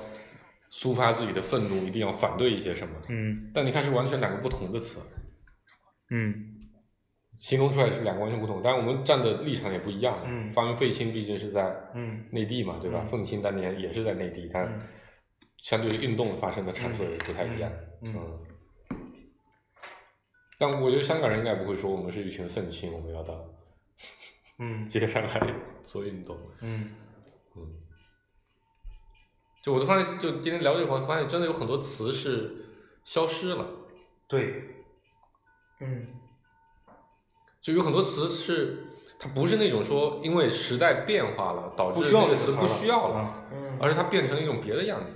S5: 抒发自己的愤怒，一定要反对一些什么。
S4: 嗯
S5: 但你看是完全两个不同的词，
S4: 嗯
S5: 形容出来是两个完全不同，但我们站的立场也不一样。
S4: 嗯
S5: 发源费青毕竟是在
S4: 嗯
S5: 内地嘛，对吧？
S4: 嗯
S5: 凤青当年也是在内地，但
S4: 嗯
S5: 相对于运动发生的场所也不太一样。
S4: 嗯
S5: 嗯但我觉得香港人应该不会说我们是一群愤青，我们要到
S4: 嗯
S5: 街上来做运动。
S4: 嗯
S5: 嗯，就我都发现，就今天聊这块，发现真的有很多词是消失了，
S4: 对，
S3: 嗯
S5: 就有很多词是它不是那种说因为时代变化了导致
S4: 不需要
S5: 那个
S4: 这个
S5: 词
S4: 词
S5: 不
S4: 了
S5: 需要了，
S4: 啊，
S3: 嗯，
S5: 而是它变成了一种别的样子。啊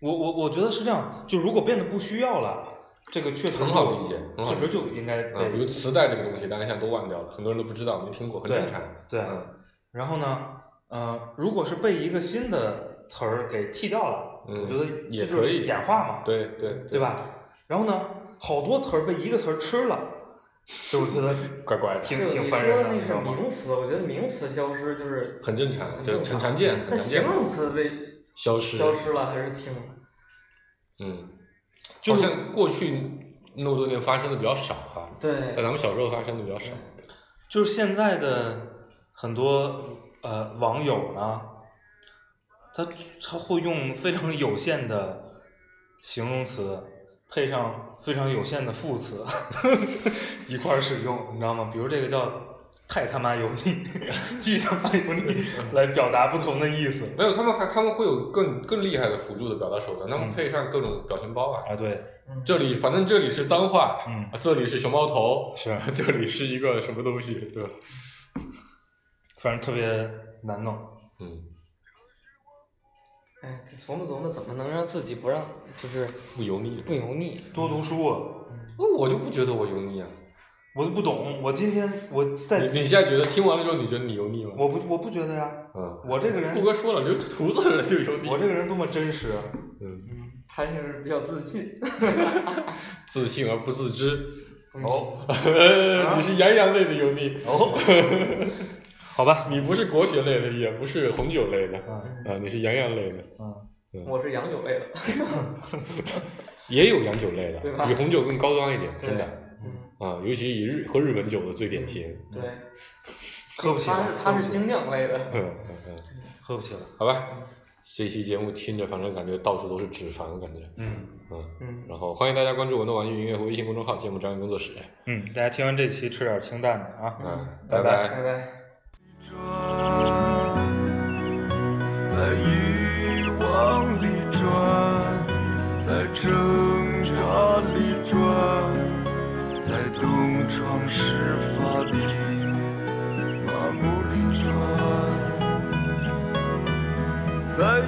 S4: 我我我觉得是这样，就如果变得不需要了，这个确实
S5: 很好理解很好
S4: 确
S5: 理解
S4: 实就应该
S5: 啊，比
S4: 被
S5: 如磁带这个东西，大家现在都忘掉了，很多人都不知道，没听过，很
S4: 对
S5: 正常。
S4: 对
S5: 嗯
S4: 然后呢，呃，如果是被一个新的词儿给替掉了，
S5: 嗯
S4: 我觉得
S5: 也
S4: 这就是
S5: 可以
S4: 演化嘛，
S5: 对对
S4: 啊对？吧？然后呢，好多词儿被一个词儿吃了，就我觉 得
S5: 怪怪的，
S4: 挺
S3: 对
S4: 挺
S3: 你
S4: 烦
S3: 说
S4: 人
S3: 的那
S4: 你知
S3: 是
S4: 道吗？
S3: 名词，我觉得名词消失就是
S5: 很正常，
S3: 很
S5: 就
S3: 正
S5: 很
S3: 常
S5: 常见，很
S3: 但
S5: 常
S3: 形
S5: 见。
S3: 容词被
S5: 消失，
S3: 消失了还是挺
S5: 嗯，
S4: 就
S5: 好
S4: 是
S5: 像过去那么多年发生的比较少啊，在
S3: 对
S5: 咱们小时候发生的比较少。
S4: 就是现在的很多呃网友呢，他他会用非常有限的形容词配上非常有限的副词 一块儿使用，你知道吗？比如这个叫“太他妈油腻”，“ 巨他妈油 腻”来表达不同的意思
S5: 没有，他们还他们会有更更厉害的辅助的表达手段，他们
S4: 嗯
S5: 配上各种表情包啊。
S4: 啊。对，
S3: 嗯
S5: 这里反正这里是脏话，
S4: 嗯
S5: 啊这里是熊猫头，
S4: 是，
S5: 这里是一个什么东西，对吧？
S4: 反正特别难弄。
S5: 嗯，
S3: 哎，这琢磨琢磨怎么能让自己不让就是
S5: 不油腻。
S3: 不油腻。
S4: 多读书啊，
S5: 那我就不觉得我油腻啊。
S4: 我都不懂。我今天我在
S5: 你，你现在觉得听完了之后，你觉得你油腻吗？
S4: 我不我不觉得呀、
S5: 嗯，
S4: 我这个人
S5: 顾哥说了，留胡子的人就油腻。
S4: 我这个人多么真实，啊
S5: 嗯，
S3: 嗯，他是比较自信。
S5: 自信而不自知。
S4: 哦
S5: 你是洋洋类的油腻，
S4: 哦，好吧，
S5: 你不是国学类的，也不是红酒类的，啊、
S4: 嗯
S5: 你是洋洋类的，
S4: 嗯
S3: 我是洋酒类的，
S5: 也有洋酒类的，
S3: 对吧
S5: 比红酒更高端一点，
S3: 对
S5: 真的。
S3: 嗯，
S5: 啊、尤其以日喝日本酒的最典型。
S3: 对，
S4: 喝不起了
S3: 他是他是精酿类的，
S5: 嗯嗯嗯，
S4: 喝不起了，
S5: 好吧，这期节目听着，反正感觉到处都是脂肪，感觉。
S4: 嗯
S5: 嗯，
S3: 嗯，
S5: 然后欢迎大家关注我的网易云音乐和微信公众号“节目张宇工作室
S4: 嗯，大家听完这期吃点清淡的”。啊，
S5: 嗯，
S4: 拜
S5: 拜
S3: 拜拜。
S2: 转，在遗忘里转，在挣扎里转，在东窗事发的麻木里转，在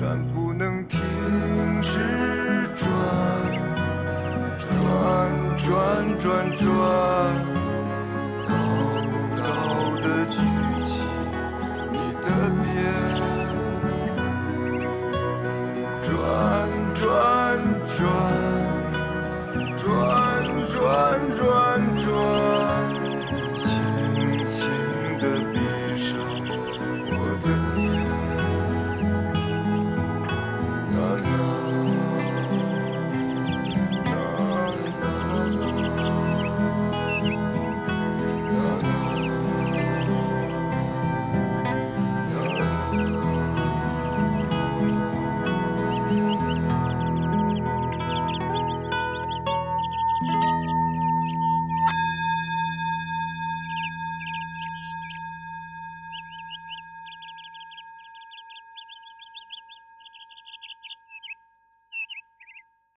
S2: 但不能停止转，转转转转。